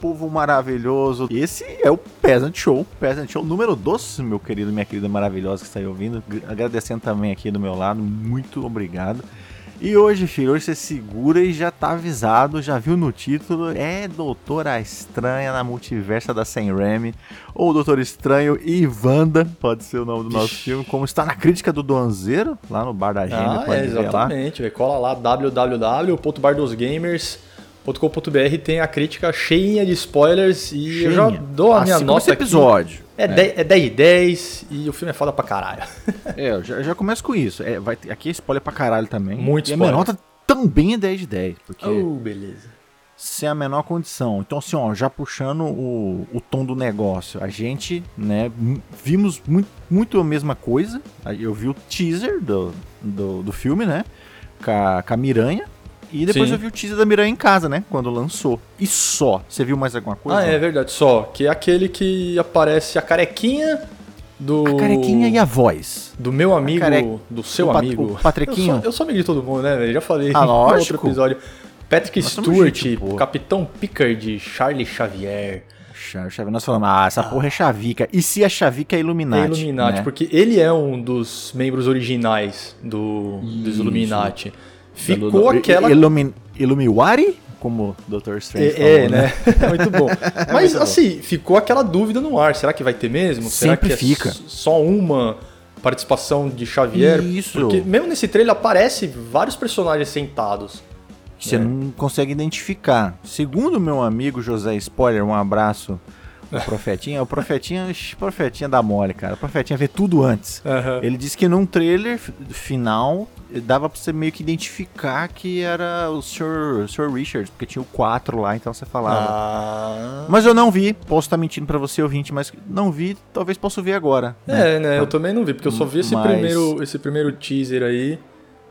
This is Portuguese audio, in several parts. povo maravilhoso. Esse é o Peasant Show, Peasant Show número 12, meu querido, minha querida maravilhosa que está aí ouvindo. Agradecendo também aqui do meu lado, muito obrigado. E hoje, filho, hoje você segura e já tá avisado, já viu no título, é Doutora Estranha na Multiversa da Sam Raimi, ou Doutor Estranho e Wanda, pode ser o nome do nosso filme, como está na crítica do Doanzeiro, lá no Bar da Agenda, Ah, pode é, ver lá. exatamente. velho. Cola lá www.bardosgamers.com.br tem a crítica cheinha de spoilers e eu já Cheinha. Ah, dou a Assim minha como nota esse aqui. episódio. É 10 é 10 e 10 e o filme é foda pra caralho. É, eu já, já começo com isso. É, vai ter- aqui é spoiler pra caralho também. Muito e a spoiler. Oh. minha nota tá também é 10 de 10, porque Oh, beleza. sem a menor condição. Então, assim, ó, já puxando o, o tom do negócio, a gente, né, m- vimos muito, muito a mesma coisa. Aí Eu vi o teaser do, do, do filme, né, com a, com a Miranha. E depois Sim. eu vi o teaser da Miranha em casa, né, quando lançou. E só. Você viu mais alguma coisa? ah, é verdade. Só que é aquele que aparece a carequinha do. A carequinha e a voz. Do meu amigo, care- do seu o Pat- amigo. o Patriquinho? Eu sou, eu sou amigo de todo mundo, né, velho? Já falei Ah, no outro lógico. episódio. Patrick Nós somos Stewart, gente boa. Capitão Picard, Charlie Xavier. Xa- Xavi- Nós falamos, ah, essa porra é chavica. E se a chavica é Illuminati? É Illuminati, né? porque ele é um dos membros originais do, dos Isso. Illuminati. Ficou Illu- aquela. Illumin... Illumiwari? Como o Dr. Strange É, é, falou, né? Muito bom. Mas assim, ficou aquela dúvida no ar. Será que vai ter mesmo? Será Sempre que fica. é s- só uma participação de Xavier? Isso. Porque mesmo nesse trailer aparece vários personagens sentados. que É. você não consegue identificar. Segundo meu amigo José Spoiler, um abraço. O profetinha, o profetinha, ixi, profetinha da mole, cara. O profetinha vê tudo antes. Aham. Ele disse que num trailer f- final dava pra você meio que identificar que era o Sr. o Sr. Richard, porque tinha o 4 lá, então você falava. Ah. Mas eu não vi, posso estar mentindo pra você, ouvinte, mas não vi, talvez possa ver agora. É, né? Eu também não vi, porque eu só vi esse, Mas- primeiro, esse primeiro teaser aí.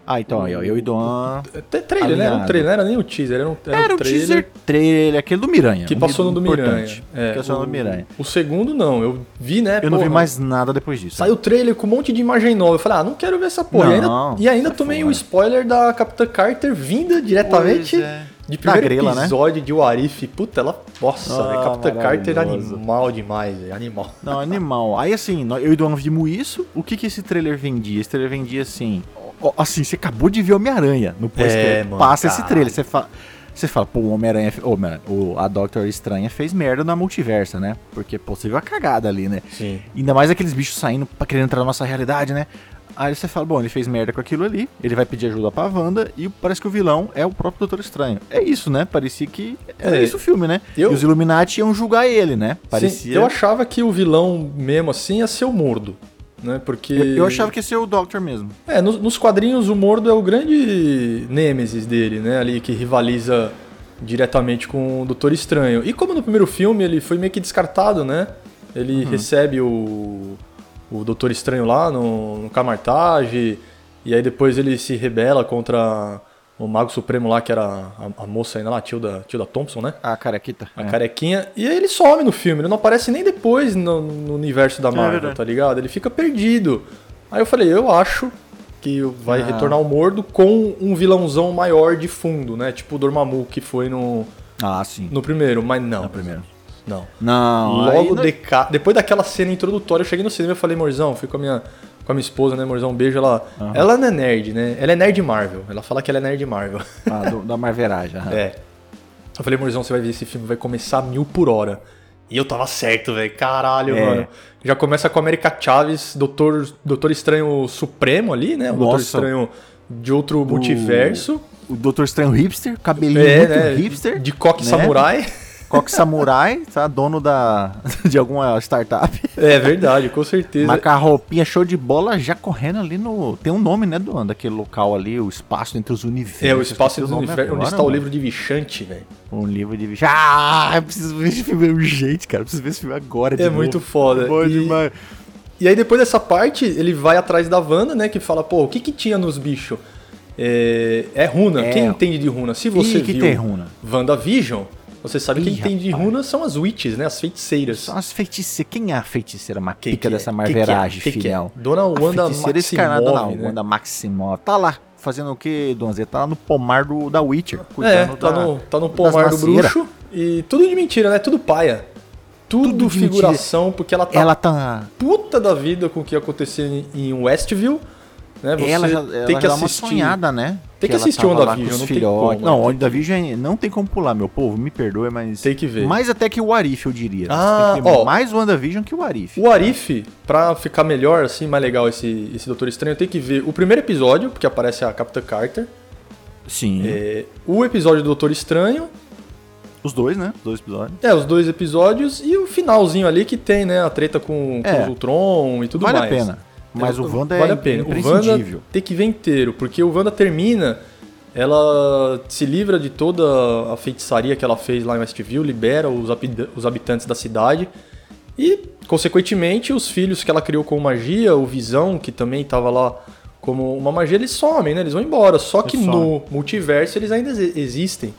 Ah, então, aí, ó, eu e Don. Até trailer, né? Era um Alinhado. trailer, não era nem o teaser, era um, era Era um trailer. teaser trailer, aquele do Miranha. Que um passou no do Miranha. importante, É, que passou no do Miranha. O segundo não, eu vi, né? Eu não vi porra, mais nada depois disso. Saiu o trailer com um monte de imagem nova. Eu falei, ah, não quero ver essa porra. E ainda- Não, é e ainda sai tomei fora. um spoiler da Capitã Carter vinda diretamente Pois é. de Da primeiro grela, né? episódio de Warif. Puta, ela. Nossa, Ah, velho, Capitã Carter é maravilhoso. animal demais, velho. Animal. Não, animal. Aí assim, nó- eu e o Dono vimos isso. O que que esse trailer vendia? Esse trailer vendia assim. ó, ó, assim, você acabou de ver Homem-Aranha no pós É, mano, Passa esse caralho. trailer. Você fala. Você fala, pô, o Homem-Aranha. fe- ô, Homem-Aranha, o- a Doctor Estranha fez merda na multiversa, né? Porque, pô, você viu a cagada ali, né? Sim. Ainda mais aqueles bichos saindo pra querer entrar na nossa realidade, né? Aí você fala, bom, ele fez merda com aquilo ali, ele vai pedir ajuda pra Wanda, e parece que o vilão é o próprio Doutor Estranho. É isso, né? Parecia que era É. isso o filme, né? Eu- E os Illuminati iam julgar ele, né? Sim, Parecia. eu achava que o vilão mesmo assim ia ser o Mordo. Né? Porque. Eu, eu achava que ia ser o Doctor mesmo. É, nos, nos quadrinhos o Mordo é o grande nêmesis dele, né? Ali que rivaliza diretamente com o Doutor Estranho. E como no primeiro filme ele foi meio que descartado, né? Ele recebe o, o Doutor Estranho lá no, no Camartage, e aí depois ele se rebela contra o Mago Supremo lá, que era a, a moça ainda lá, a Tilda, Tilda Thompson, né? A carequita. A carequinha. E aí ele some no filme, ele não aparece nem depois no, no universo da Marvel, É verdade. tá ligado? Ele fica perdido. Aí eu falei, eu acho que vai Ah. retornar o Mordo com um vilãozão maior de fundo, né? Tipo o Dormammu que foi no, Ah, sim. no primeiro, mas não. No primeiro. Não. Não, aí Logo não- de ca... depois daquela cena introdutória, eu cheguei no cinema e falei, Morzão, fui com a minha, com a minha esposa, né, Morzão, um beijo, ela... Ela não é nerd, né? Ela é nerd Marvel. Ela fala que ela é nerd Marvel. Ah, do- da Marveragem. aham. É. Eu falei, Morzão, você vai ver esse filme, vai começar a mil por hora. E eu tava certo, velho. Caralho, É. mano. Já começa com a América Chaves, Doutor, Doutor Estranho Supremo ali, né? O Doutor Nossa. Estranho de outro multiverso. O Doutor Estranho hipster, cabelinho É, muito né? hipster. De coque né? samurai. Coque samurai, tá? Dono da... de alguma startup. É verdade, com certeza. Mas com a roupinha show de bola já correndo ali no. Tem um nome, né, do daquele local ali, o espaço entre os universos. É, o espaço Esqueci do nome universo, onde agora, está o mano. livro de Vichante, velho. Um livro de. Ah, eu preciso ver esse filme urgente, cara. Eu preciso ver esse filme agora. de É novo. muito foda. Bom E- demais. E aí depois dessa parte, ele vai atrás da Wanda, né? Que fala, pô, o que que tinha nos bichos? É, é runa. É. Quem entende de runa? Se você Ih, que viu tem runa? WandaVision, você sabe que Ih, quem entende de runa são as witches, né? As feiticeiras. São Então, as feiticeiras. Quem é a feiticeira mais Quem pica que é? dessa Quem marveragem, que é? Quem que é? fiel? Dona A Wanda feiticeira é escarnada, Maximoff, não, né? Wanda Maximoff. Tá lá, fazendo o que, Donzê? Tá lá no pomar do, da Witcher. É, cuidando tá da- no, tá no das pomar do macieira. bruxo E tudo de mentira, né? Tudo paia. Tudo, Tudo de figuração, porque ela tá Ela tá. puta da vida com o que ia acontecer em- em Westview. Né? Você ela já, ela tem que já dá uma assistir. sonhada, né? Tem que ela assistir tava Onda lá Vision, com os não tem filhotes. como. né? Não, Onda Vision é- não tem como pular, meu povo. Me perdoe, mas. Tem que ver. Mais até que o Arif, eu diria. Ah, tem que ver ó. mais o WandaVision que o Arif. O Arif, pra ficar melhor, assim, mais legal esse, esse Doutor Estranho, tem que ver o primeiro episódio, porque aparece a Capitã Carter. Sim. é, o episódio do Doutor Estranho, Os dois, né? Os dois episódios. é, os dois episódios, e o finalzinho ali que tem, né, a treta com, com É. os Ultron e tudo vale mais. a pena. Mas Eu- o Wanda vale é a pena. O Wanda imprescindível. tem que ver inteiro, porque o Wanda termina, ela se livra de toda a feitiçaria que ela fez lá em Westview, libera os, habida- os habitantes da cidade e, consequentemente, os filhos que ela criou com magia, o Visão, que também estava lá como uma magia, eles somem, né? Eles vão embora. Só que Eles no multiverso eles ainda exi- existem.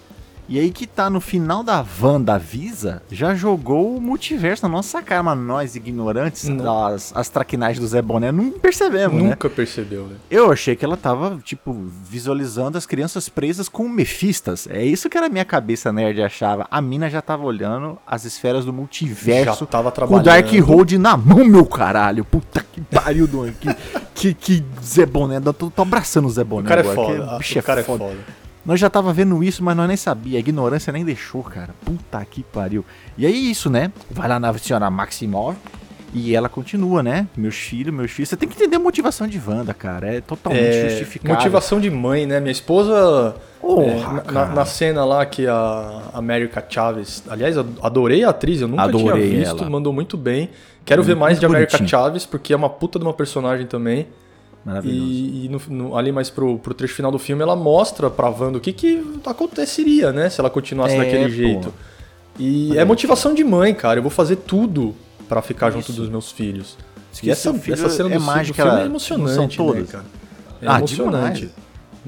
E aí que tá no final da Wanda Visa, já jogou o multiverso na nossa cara, mas nós ignorantes, Não. as, as traquinagens do Zé Boné, não percebemos, né? Nunca percebeu, né? Eu achei que ela tava, tipo, visualizando as crianças presas com mefistas. É isso que era a minha cabeça nerd achava. A mina já tava olhando as esferas do multiverso Já tava com o trabalhando. Dark Road na mão, meu caralho. Puta que pariu, Don. Que, que, que Zé Boné. Eu Tô, tô abraçando o Zé O Boné cara é agora, que foda. ah, bicho O cara é foda. nós já tava vendo isso, mas nós nem sabia. A ignorância nem deixou, cara. Puta que pariu. E aí isso, né? Vai lá na senhora Maximov e ela continua, né? Meus filhos, meus filhos. Você tem que entender a motivação de Wanda, cara. É totalmente É, justificável. Motivação de mãe, né? Minha esposa. Porra, é, na- na, cara. na cena lá que a América Chaves. Aliás, eu adorei a atriz, eu nunca Adorei tinha visto, ela. mandou muito bem. Quero ver Muito mais de América bonitinho. Chaves, porque é uma puta de uma personagem também. Maravilhoso. E, e no- no- ali mais pro, pro trecho final do filme, ela mostra pra Wanda o que, que aconteceria, né? Se ela continuasse É, daquele pô. jeito. E é motivação de mãe, cara. Eu vou fazer tudo pra ficar junto dos meus filhos. que seu filho é do, mágica, do filme é não emocionante, são né, todas. cara? É Ah, emocionante. demais.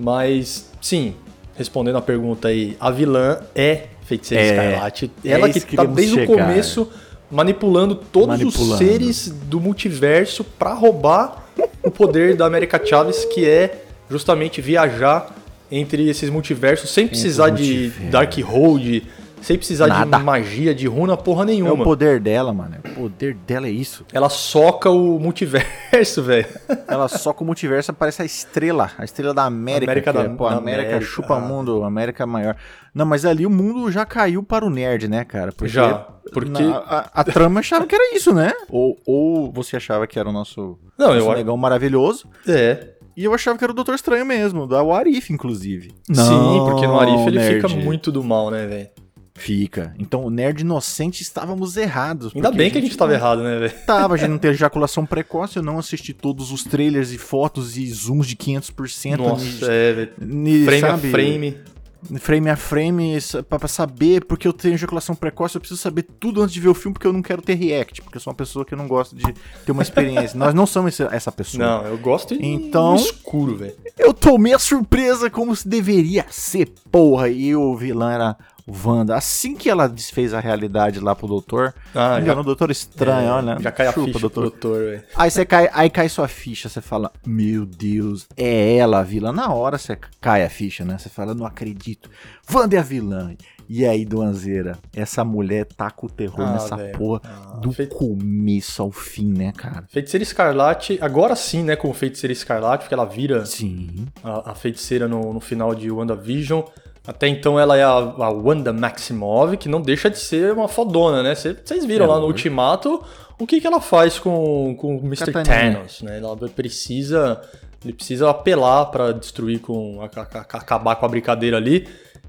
Mas, sim, respondendo a pergunta aí, a vilã é Feiticeira É, Escarlate. é Ela isso que que tá queríamos desde o chegar. começo manipulando todos os Manipulando. seres do multiverso pra roubar o poder da América Chaves, que é justamente viajar entre esses multiversos sem precisar de multiverso. Darkhold, sem precisar Nada. de magia, de runa, É porra o nenhuma. poder dela, mano. O poder dela é isso. Ela soca o multiverso, velho. Ela só com o multiverso aparece a estrela, a estrela da América. América que é, da- pô, da América, América. Ah. chupa mundo, América maior. Não, mas ali o mundo já caiu para o nerd, né, cara? Porque Já, porque- na- a, a trama achava que era isso, né? Ou, ou você achava que era o nosso, Não, nosso eu acho. negão maravilhoso. É. E eu achava que era o Doutor Estranho mesmo, da Warif, inclusive. Sim, porque no Arif ele nerd. fica muito do mal, né, velho? Fica. Então, o nerd inocente estávamos errados. Ainda porque bem que a gente tava errado, né, velho? Tava, a gente não tem ejaculação precoce, eu não assisti todos os trailers e fotos e zooms de 500%. ni- Nossa, é, velho. ni- Frame sabe? a frame. frame a frame sa- pra pra saber, porque eu tenho ejaculação precoce, eu preciso saber tudo antes de ver o filme, porque eu não quero ter react, porque eu sou uma pessoa que não gosta de ter uma experiência. Nós não somos esse- essa pessoa. Não, eu gosto de Então- no escuro, velho. Eu tomei a surpresa como se deveria ser, porra, e o vilão era Wanda. Assim que ela desfez a realidade lá pro doutor, Ah, é, enganou o doutor estranho, olha. Já cai a Chupa, ficha doutor. do doutor, velho. Aí você cai, aí cai sua ficha, você fala, meu Deus, é ela a vilã. Na hora você cai a ficha, né? Você fala, não acredito. Wanda é a vilã. E aí, Duanzeira, essa mulher taca o terror Ah, nessa velho. porra Ah, do fei- começo ao fim, né, cara? Feiticeira Escarlate, agora sim, né, com Feiticeira Escarlate, porque ela vira Sim. a, a feiticeira no, no final de WandaVision. Até então ela é a, a Wanda Maximov, que não deixa de ser uma fodona, né? Vocês viram É, lá no lógico. Ultimato o que, que ela faz com, com o Mr. Cataninha. Thanos, né? Ela precisa, ele precisa apelar pra destruir, com a- a- a- acabar com a brincadeira ali.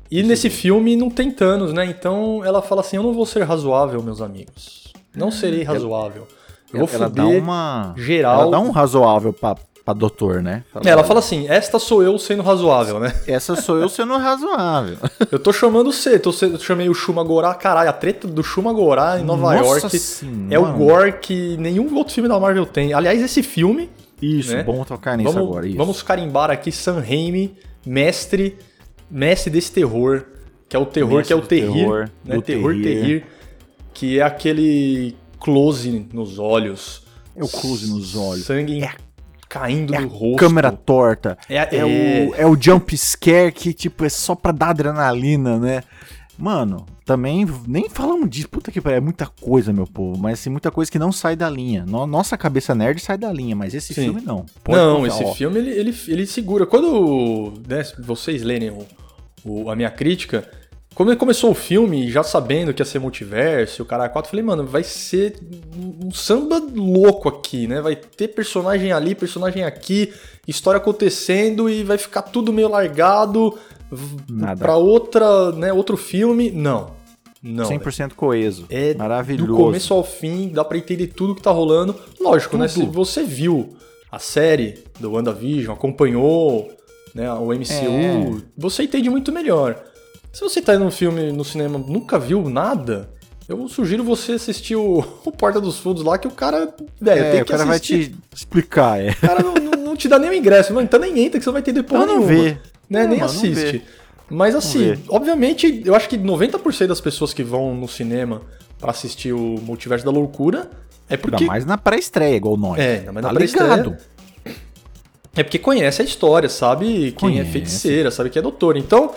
E nesse filme não tem Thanos, né? Então ela fala assim, eu não vou ser razoável, meus amigos. Não serei razoável. Eu vou É, ela foder dá uma. geral. Ela dá um razoável pra, pra doutor, né? É, Ela fala assim, esta sou eu sendo razoável, né? Essa sou eu sendo razoável. Eu tô chamando você, tô, eu chamei o Shuma Gorá, caralho, a treta do Shuma Gorá em Nova Nossa York Senhora. é o gore que nenhum outro filme da Marvel tem. Aliás, esse filme, Isso, Né? bom tocar nisso vamos, agora. Isso. vamos carimbar aqui Sam Raimi, mestre, mestre desse terror, que é o terror Mestre que é o do terrir, terror, né? do Terror, terrir. terrir. que é aquele close nos olhos. É o close nos olhos. É Sangue caindo do rosto. câmera torta. É- É, o, é o jump scare que, tipo, é só pra dar adrenalina, né? Mano, também nem falamos disso. Puta que pariu, é muita coisa, meu povo. Mas assim, muita coisa que não sai da linha. No- Nossa cabeça nerd sai da linha, mas esse Sim. filme não. não, confiar, esse ó. filme ele, ele, ele segura. Quando né, se vocês lerem o- o- a minha crítica, quando começou o filme, já sabendo que ia ser multiverso, o cara é quatro, eu falei, mano, vai ser um um samba louco aqui, né? Vai ter personagem ali, personagem aqui, história acontecendo e vai ficar tudo meio largado v- Nada. pra outra, né, outro filme. Não. Não. velho. 100% coeso. É maravilhoso. Do começo ao fim, dá pra entender tudo que tá rolando. Lógico, né? Se Tudo. você viu a série do WandaVision, acompanhou né, o É. MCU, você entende muito melhor. Se você tá indo no filme, no cinema, nunca viu nada, eu sugiro você assistir o, o Porta dos Fundos lá, que o cara, velho, É, tem o que cara vai assistir. te explicar, é. O cara não, não- não te dá nem o ingresso, mano, então nem entra que você não vai entender porra Então não nenhuma vê. né? É, Nem mano, não assiste. vê. Mas assim, vê. obviamente, eu acho que 90% das pessoas que vão no cinema pra assistir o Multiverso da Loucura é Ainda porque mais na pré-estreia, igual nós. É, ainda mais tá na pré-estreia. ligado. é porque conhece a história, sabe quem é Conhece. feiticeira, sabe quem é doutora. Então,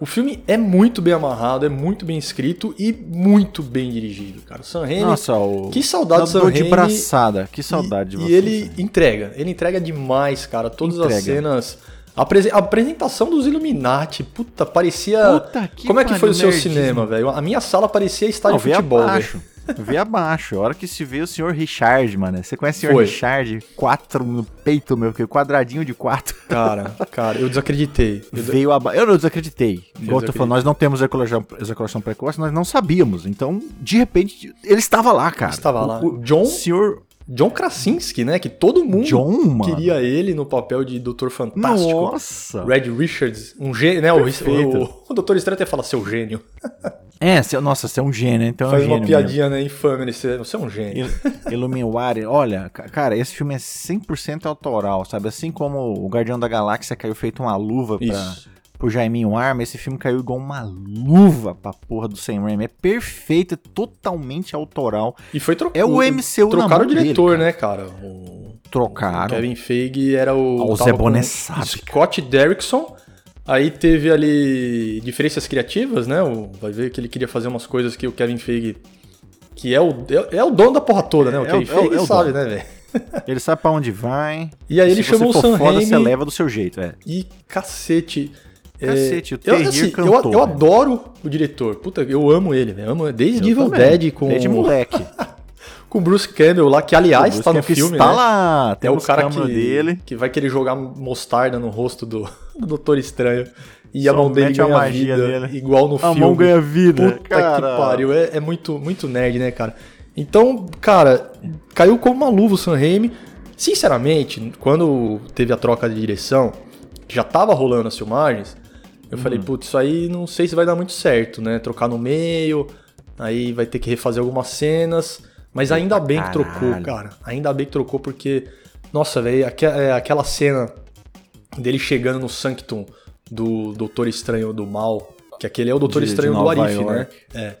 o filme é muito bem amarrado, é muito bem escrito e muito bem dirigido, cara. O Sam Raimi, Nossa, o. que saudade do Sam Dou de Raimi. braçada. Que saudade e, de você. E ele Sam. entrega, ele entrega demais, cara. Todas as Entrega. cenas. A, apresen- a apresentação dos Illuminati, puta, parecia. Puta que Como é que pariu, foi o seu nerdismo. cinema, velho? A minha sala parecia estádio Não, Tá de vê futebol, velho. abaixo. Vê abaixo. A hora que se vê o senhor Richard, mano. Você conhece o senhor Foi. Richard? Quatro no peito, meu, que é quadradinho de quatro. Cara, cara, eu desacreditei. Eu de- Veio aba... Eu não desacreditei. Igual eu tô desacreditei. falando, nós não temos ejaculação, ejaculação precoce, nós não sabíamos. Então, de repente, ele estava lá, cara. Estava O- lá. O, John, o senhor John Krasinski, né? Que todo mundo John, mano. queria ele no papel de Doutor Fantástico. Nossa. Red Richards, um gênio, né? O, Perfeito. o, o Doutor Estranho até fala, seu gênio. É, seu, nossa, você é um gênio, então Faz é um uma gênio mesmo. piadinha, né? Infame, né? você você é um gênio. Il- Illuminati, olha, ca- cara, esse filme é 100% autoral, sabe? Assim como o Guardião da Galáxia caiu feito uma luva pra, Isso. pro Jaiminho Arma, esse filme caiu igual uma luva pra porra do Sam Raimi. É perfeito, é totalmente autoral. E foi trocado. É o MCU na Trocaram o mão dele, diretor, né, cara? O Trocaram. Kevin Feige era o. Ah, o tava Zé com Boné sabe, Scott Derrickson. Aí teve ali diferenças criativas, né? O- vai ver que ele queria fazer umas coisas que o Kevin Feige. Que é o, é, é o dono da porra toda, né? O É Kevin o- é o- Feige é o sabe, né, velho? Ele sabe pra onde vai. E aí É, ele se chamou o você Sam for foda, Raimi. você leva do seu jeito, é. E cacete. é, Cacete, o eu, Terrir assim, eu- cantou, eu, velho. adoro o diretor. Puta, eu amo ele, velho. Eu amo Desde Eu Evil também. Dead com Desde é moleque. com o Bruce Campbell lá, que aliás O tá no Bruce Campbell filme, Está né? lá, É tem o cara que, câmera dele. que vai querer jogar mostarda no rosto do, do Doutor Estranho. E a Só mão dele mete a ganha magia vida, dele. igual no A filme. mão ganha vida, Puta cara. que pariu, é, é muito, muito nerd, né, cara? Então, cara, caiu como uma luva o Sam Raimi. Sinceramente, quando teve a troca de direção, que já tava rolando as filmagens, eu Hum. falei, putz, isso aí não sei se vai dar muito certo, né? Trocar no meio, aí vai ter que refazer algumas cenas. Mas ainda bem que trocou, caralho. cara. Ainda bem que trocou, porque, nossa, velho, aque- é, aquela cena dele chegando no Sanctum do Doutor Estranho do Mal, que aquele é o Doutor De- de Estranho do Nova Arif, né? York. É.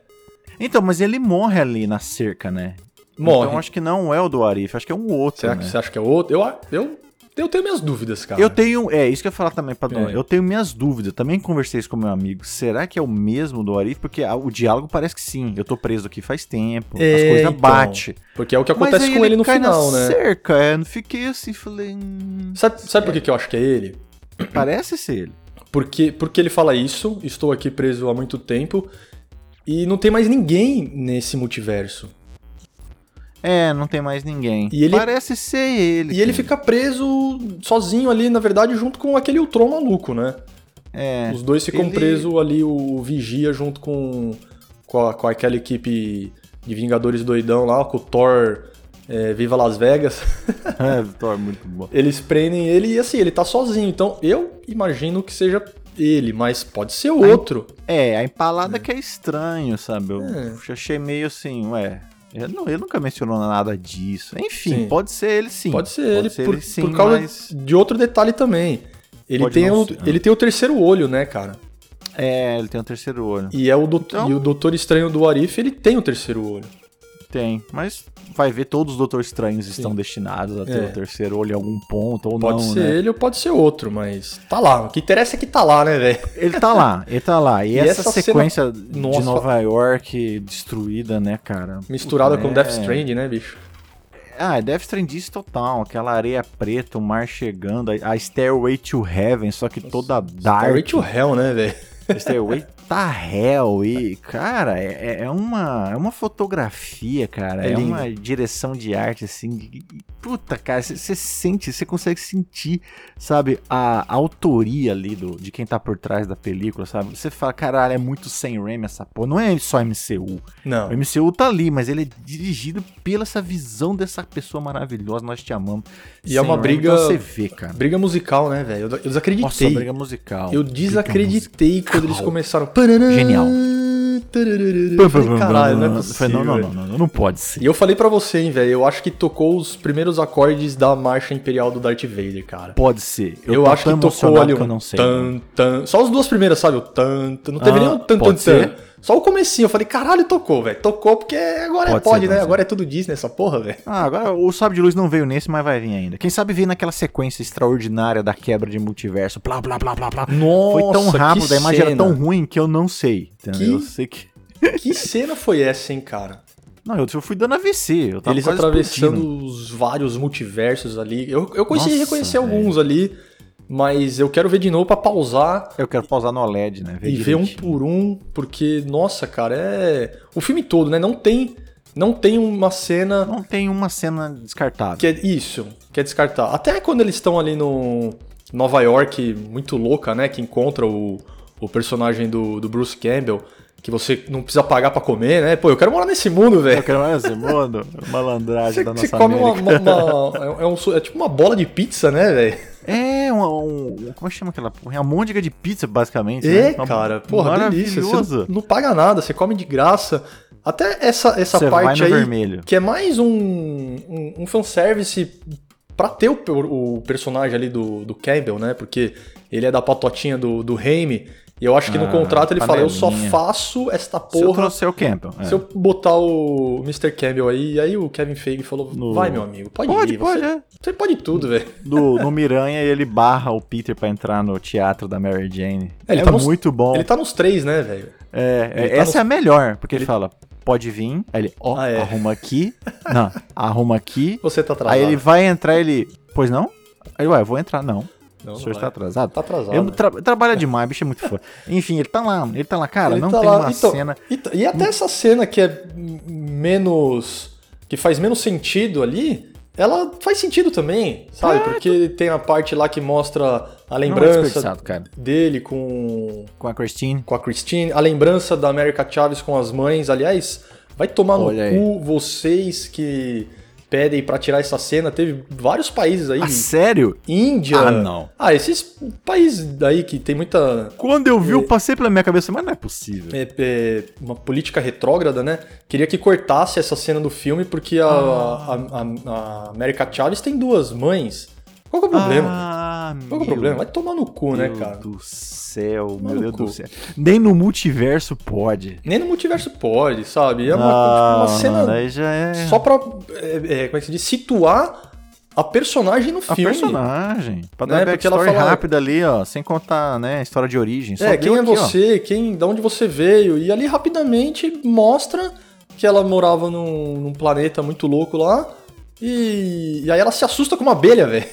Então, mas ele morre ali na cerca, né? Morre. Então acho que não é o do Arif, acho que é um outro, Será né? que você acha que é outro? Eu, eu, eu tenho minhas dúvidas, cara. Eu tenho. É, isso que eu ia falar também, Padrão. né? É. Eu tenho minhas dúvidas. Também conversei isso com meu amigo. Será que é o mesmo do Arif? Porque a- o diálogo parece que sim. Eu tô preso aqui faz tempo. as É, coisas então. batem. Porque é o que Mas acontece aí com ele, no cai final, na né? cerca, é. Não fiquei assim, falei. hum, Sabe, sabe por que que eu acho que é ele? parece ser ele. Porque, porque ele fala isso, estou aqui preso há muito tempo, e não tem mais ninguém nesse multiverso. É, não tem mais ninguém. E ele- é- Parece ser ele. E cara. ele fica preso sozinho ali, na verdade, junto com aquele Ultron maluco, né? É. Os dois ficam ele- presos ali, o Vigia junto com, com, a- com aquela equipe de Vingadores doidão lá, com o Thor é, Viva Las Vegas. é, Vitor, muito bom. Eles prendem ele e assim, ele tá sozinho. Então eu imagino que seja ele, mas pode ser outro. É, a empalada que é estranho, sabe? Eu É. achei meio assim, ué. Ele, não, ele nunca mencionou nada disso. Enfim, Sim. pode ser ele sim. pode ser ele, por, sim, por causa mas- de outro detalhe também. Ele Pode tem, não o, ser. ele tem o terceiro olho, né, cara? É, ele tem um terceiro olho. E é o doutor, Então- e o doutor estranho do Arif, ele tem o terceiro olho. Tem, mas vai ver todos os Doutores Estranhos estão Sim. destinados a ter É. o terceiro olho em algum ponto ou Pode não, ser né? ele ou pode ser outro, mas tá lá. O que interessa é que tá lá, né, velho? Ele tá lá, ele tá lá. E, E essa, essa cena- sequência Nossa. de Nova York destruída, né, cara? Misturada Puta, com Death é- Stranding, né, bicho? Ah, é Death Stranding total. Aquela areia preta, o mar chegando, a, a Stairway to Heaven, só que toda dark. Dark. to Hell, né, velho? Stairway tá hell e, cara, é, é uma, é uma fotografia, cara. É É, lindo. uma direção de arte, assim. de- de- puta, cara, você sente, você consegue sentir, sabe, a, a autoria ali do, de quem tá por trás da película, sabe? Você fala, caralho, é muito sem Raimi essa porra. Não é só MCU. Não. O MCU tá ali, mas ele é dirigido pela essa visão dessa pessoa maravilhosa, nós te amamos. E é Sam uma Raimi, briga- então Você vê, cara. Briga musical, né, velho? Eu, eu desacreditei. Nossa, briga musical. Eu Briga desacreditei quando eles começaram. é um Genial. Eu falei, caralho, não é possível. Falei, não, não, velho." não, não, não, não pode ser. E eu falei pra você, hein, velho. Eu acho que tocou os primeiros acordes da marcha imperial do Darth Vader, cara. Pode ser. Eu, tô acho que tão tocou emocionado ali que eu um não sei. tan, tan. Só as duas primeiras, sabe? O tan, tan. Não teve Ah, nenhum tan, tan, pode tan. ser. Só o comecinho. Eu falei, caralho, tocou, velho. Tocou porque agora Pode pode, ser, pode né? pode ser. Agora é tudo Disney essa porra, velho. Ah, agora o Sabe de Luz não veio nesse, mas vai vir ainda. Quem sabe vir naquela sequência extraordinária da quebra de multiverso, blá, blá, blá, blá, blá. Nossa, Foi tão rápido, a imagem era cena. tão ruim que eu não sei. entendeu? Que- Eu sei que... Que cena foi essa, hein, cara? Não, eu eu fui dando AVC. Eu tava Eles Tá quase atravessando explodindo. os vários multiversos ali. Eu, eu consegui Nossa, reconhecer velho. alguns ali, mas eu quero ver de novo pra pausar Eu quero pausar no OLED, né? e ver um direitinho. por um, porque, nossa, cara, é. O filme todo, né? Não tem, não tem uma cena Não tem uma cena descartável. que é isso, que é descartar. Até quando eles estão ali no Nova York, muito louca, né? Que encontra o, o personagem do, do Bruce Campbell, que você não precisa pagar pra comer, né? Pô, eu quero morar nesse mundo, velho. Eu quero mais esse mundo. Malandragem Você, da você nossa come uma, América. uma- uma- é, um su- é tipo uma bola de pizza, né, velho? É, um, um- Como chama aquela porra? É uma môndega de pizza, basicamente. É, né? Uma- cara. Porra, delícia. Você maravilhoso. não- não paga nada, você come de graça. Até essa, essa Você vai parte no aí, vermelho. que é mais um, um, um fanservice pra ter o, o personagem ali do, do Campbell, né? Porque ele é da patotinha do, do Raimi. E eu acho que no Ah, contrato ele fala, eu só panelinha. faço esta Se eu porra trouxer o Campbell. é. Se eu botar o Mr. Campbell aí, e aí o Kevin Feige falou, No- vai meu amigo, pode, Pode, ir, pode, você, é. você pode tudo, velho. No, no Miranha, ele barra o Peter pra entrar no teatro da Mary Jane. É, ele é tá nos- muito bom. Ele tá nos três, né, velho? É, é, ele tá essa nos- é a melhor, porque ele, fala, pode vir. Aí ele, ó, Ah, é. arruma aqui. Não, arruma aqui. Você tá atrasado. Aí ele vai entrar, ele, pois não? Aí, ué, eu vou entrar. Não, o Não, não senhor vai. está atrasado. Tá atrasado. Eu né? tra- trabalha demais, bicho é muito foda. Enfim, ele tá lá, ele tá lá, cara, Ele não tá tem lá. uma Então, cena. então- e até essa cena que é m- menos. que faz menos sentido ali, ela faz sentido também, sabe? Porque tem a parte lá que mostra a lembrança é desperdiçado, cara. dele com, Com a Christine. com a Christine, a lembrança da América Chaves com as mães. Aliás, vai tomar Olha aí. no cu vocês que pedem pra tirar essa cena. Teve vários países aí. Ah, sério? Índia. Ah, não. Ah, esses países aí que tem muita Quando eu vi, eu passei pela minha cabeça, mas não é possível. é, é, uma política retrógrada, né? Queria que cortasse essa cena do filme, porque a, Ah. a- a- a América Chaves tem duas mães. Qual que é o problema? Ah, Qual que é o meu problema? Vai tomar no cu, né, cara? Tá Meu Deus do céu, no meu Deus cu. do céu. Nem no multiverso pode. Nem no multiverso pode, sabe? É uma, tipo, uma Ah, Não, cena não, daí já é. só pra é, é, como é que se diz? situar a personagem no a filme. personagem. Pra Né, dar porque ela backstory fala- rápida ali, ó. Sem contar, né, a história de origem. Só É, deu quem é aqui, ó. você, quem, da onde você veio. E ali rapidamente mostra que ela morava num, num planeta muito louco lá. E, e aí ela se assusta com uma abelha, velho.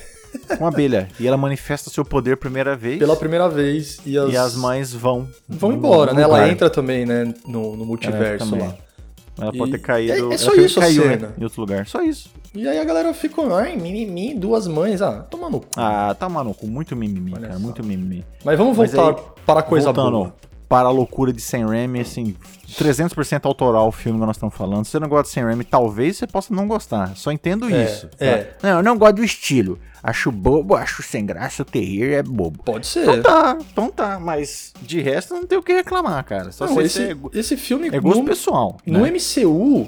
Uma abelha. E ela manifesta seu poder primeira vez. Pela primeira vez. E as, E as mães vão. vão embora, né? lugar. Ela entra também, né? No, no multiverso também. lá. Ela E- pode ter caído. é- é ela só também isso a caiu, né, cena. em outro lugar. Só isso. E aí a galera ficou, ai, mimimi, duas mães, ah, toma no cu. Ah, tá maluco. Muito mimimi, Olha cara. só. Muito mimimi. Mas vamos mas voltar para a coisa Voltando boa. para a loucura de Sam Raimi, assim, 300% autoral o filme que nós estamos falando. Se você não gosta de Sam Raimi, talvez você possa não gostar. Só entendo É, isso. tá? é. Não, eu não gosto do estilo. Acho bobo, acho sem graça, o terrir é bobo. Pode ser. Então tá, então tá. Mas de resto não tem o que reclamar, cara. Só Não, se esse, você é, go- esse filme é gosto no- pessoal. No né? MCU,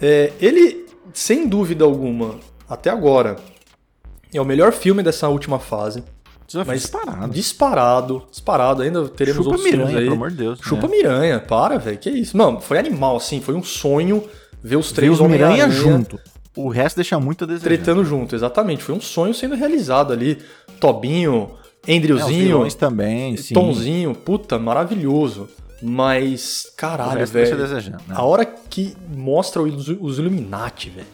é, ele, sem dúvida alguma, até agora, é o melhor filme dessa última fase. Desafio Mas disparado. disparado, disparado. Ainda teremos Chupa outros Miranha, filmes aí. pelo amor de Deus. Chupa né? Miranha, para, velho. Que isso? Mano, foi animal, assim. Foi um sonho Ver os Vê três os Miranha Homem-Aranha junto. O resto deixa muito a desejar. Tretando junto, exatamente. Foi um sonho sendo realizado ali. Tobinho, É, os Andrewzinho, vilões também, sim. Tomzinho, puta, maravilhoso. Mas, O caralho, resto deixa a velho. desejar. né? A hora que mostra os, os Illuminati, velho.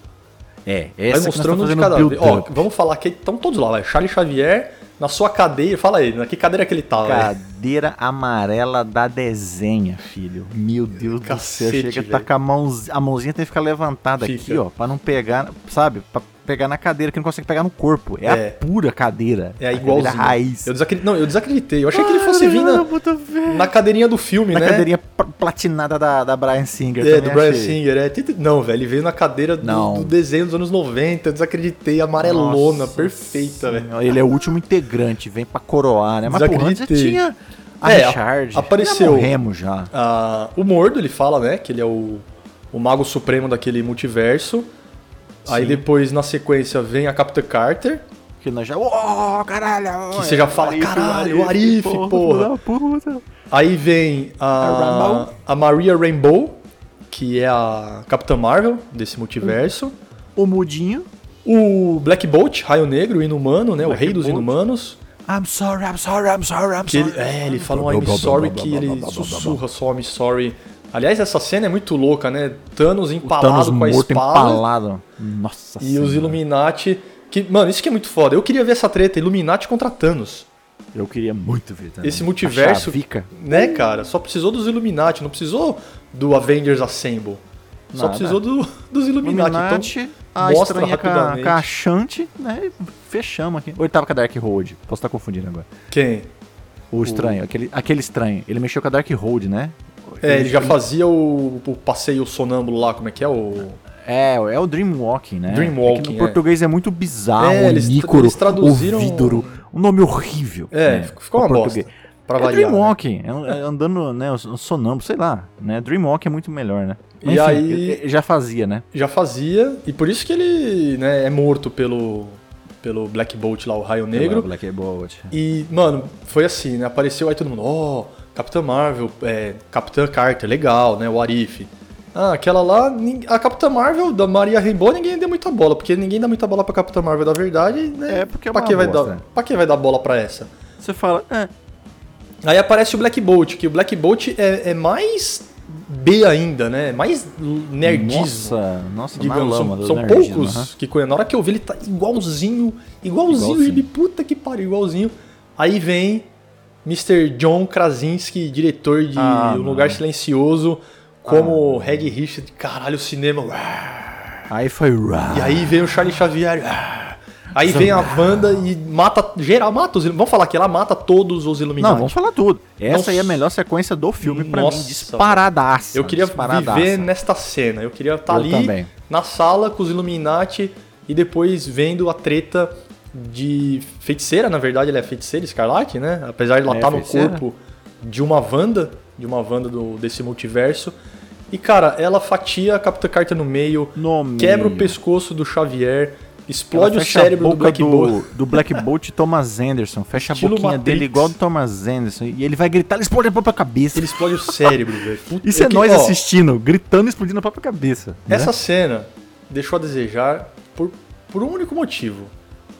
É, Vai essa mostrando que de nós tá cada fazendo vez. Ó, build-up. vamos falar que estão todos lá, vai. Charles Xavier, na sua cadeira. Fala aí, na que cadeira que ele tá, velho? Cadeira amarela da desenha, filho. Meu Deus Cacete, do céu. Chega, tá velho. com a mãozinha. A mãozinha tem que ficar levantada aqui, Fica. ó. Pra não pegar, sabe? Pra pegar na cadeira, que não consegue pegar no corpo. É, É. a pura cadeira. É a igualzinho. Cadeira raiz. Eu desacreditei. Não, eu desacreditei. Eu achei que ele fosse vir Caramba, na, puta velho. na cadeirinha do filme, Na né? cadeirinha pl- platinada da, da Brian Singer. É, também do Brian achei. Singer, é. Titi- Não, velho, ele veio na cadeira do, Não. do desenho dos anos 90, eu desacreditei, amarelona, Nossa perfeita, velho. Senhora, Ele é o último integrante, vem pra coroar, né? Mas porra, antes já Desacreditei. tinha a É, a- Richard. apareceu. Já morremos já. Ah, o Mordo, ele fala, né, que ele é o, o mago supremo daquele multiverso. Aí depois, na sequência, vem a Capitã Carter, Que nós já. Oh, caralho! Que você já fala, caralho, Arif, porra. puta. é- Aí vem a, a Maria Rainbow, que é a Capitã Marvel desse multiverso. O Mudinho. O Black Bolt, Raio Negro, Inumano, né? o Black rei dos Bolt. Inumanos. I'm sorry, I'm sorry, I'm sorry, I'm Que sorry. ele, é, ele fala um I'm sorry que ele sussurra só I'm sorry. Aliás, essa cena é muito louca, né? Thanos empalado Thanos com a morto, espada empalado. Nossa e os Senhora. Illuminati. Que, mano, isso que é muito foda. Eu queria ver essa treta, Illuminati contra Thanos. Eu queria muito ver também. Esse multiverso. A chavica. Né, cara? Só precisou dos Illuminati, não precisou do Avengers Assemble. Só Nada. precisou do- dos Illuminati. Então, Illuminati, então, a mostra estranha com a, rapidamente. com a Shanti, né? Fechamos aqui. Ou ele tava com a Dark Road. Posso estar confundindo agora. Então, quem? O estranho, aquele, aquele estranho. Ele mexeu com a Dark Road, né? É, ele já fazia o, o passeio sonâmbulo lá, como é que é? O. É, é o Dreamwalking, né? Dreamwalking, É que é. no português é muito bizarro, É, eles- onícoro, eles traduziram- ovídoro, um nome horrível. É, né, ficou uma pra bosta. português. Pra é variar. né? Dreamwalking, é um- é andando, né, um sonâmbulo, sei lá, né? Dreamwalking é muito melhor, né? E aí- ele- ele já fazia, né? já fazia, e por isso que ele né, é morto pelo, pelo Black Bolt lá, o Raio Negro. Black Bolt. E, mano, foi assim, né? Apareceu aí todo mundo, ó, Capitã Marvel, é, Capitã Carter, legal, né? O Arif. Ah, aquela lá, nin- a Capitã Marvel da Maria Rainbow ninguém deu muita bola, porque ninguém dá muita bola pra Capitã Marvel da verdade, né? É, porque é pra uma que vai bosta. dar Pra que vai dar bola pra essa? Você fala, "Ah, é, Aí aparece o Black Bolt, que o Black Bolt é, é mais B ainda, né? É Mais nerdismo nossa, nossa, na digamos, lama são, do são nerdismo, poucos né, aham. que conhecem. Na hora que eu vi, ele tá igualzinho, igualzinho, Igualzinho. ele, puta que pariu, igualzinho. Aí vem Mr. John Krasinski, diretor de Ah, Um não. Lugar Silencioso, como Red Richard, caralho, o cinema. Aí foi... E aí vem o Charlie Xavier. Aí vem a Wanda e mata, geral, mata os Illuminati. Vamos falar que ela mata todos os Illuminati. Não, vamos falar tudo. Essa Nossa. aí é a melhor sequência do filme pra mim, Nossa. disparadaça. Eu queria disparadaça. viver nesta cena. Eu queria estar Eu ali também. na sala com os Illuminati e depois vendo a treta de feiticeira, na verdade ela é feiticeira escarlate, né? Apesar de ela É, estar no feiticeira. corpo de uma Wanda, de uma Wanda do, desse multiverso. E cara, ela fatia a Capitã Carter no meio, No meio. quebra o pescoço do Xavier, Ela explode o fecha a cérebro do boca Black Bolt. do Black Bolt e Thomas Anderson. Fecha Estilo a boquinha Matrix. dele igual do Thomas Anderson. E ele vai gritar, ele explode a própria cabeça. Ele explode o cérebro, velho. Puta- Isso é eu que- nós ó, assistindo, gritando e explodindo a própria cabeça. né? Essa cena deixou a desejar por, por um único motivo,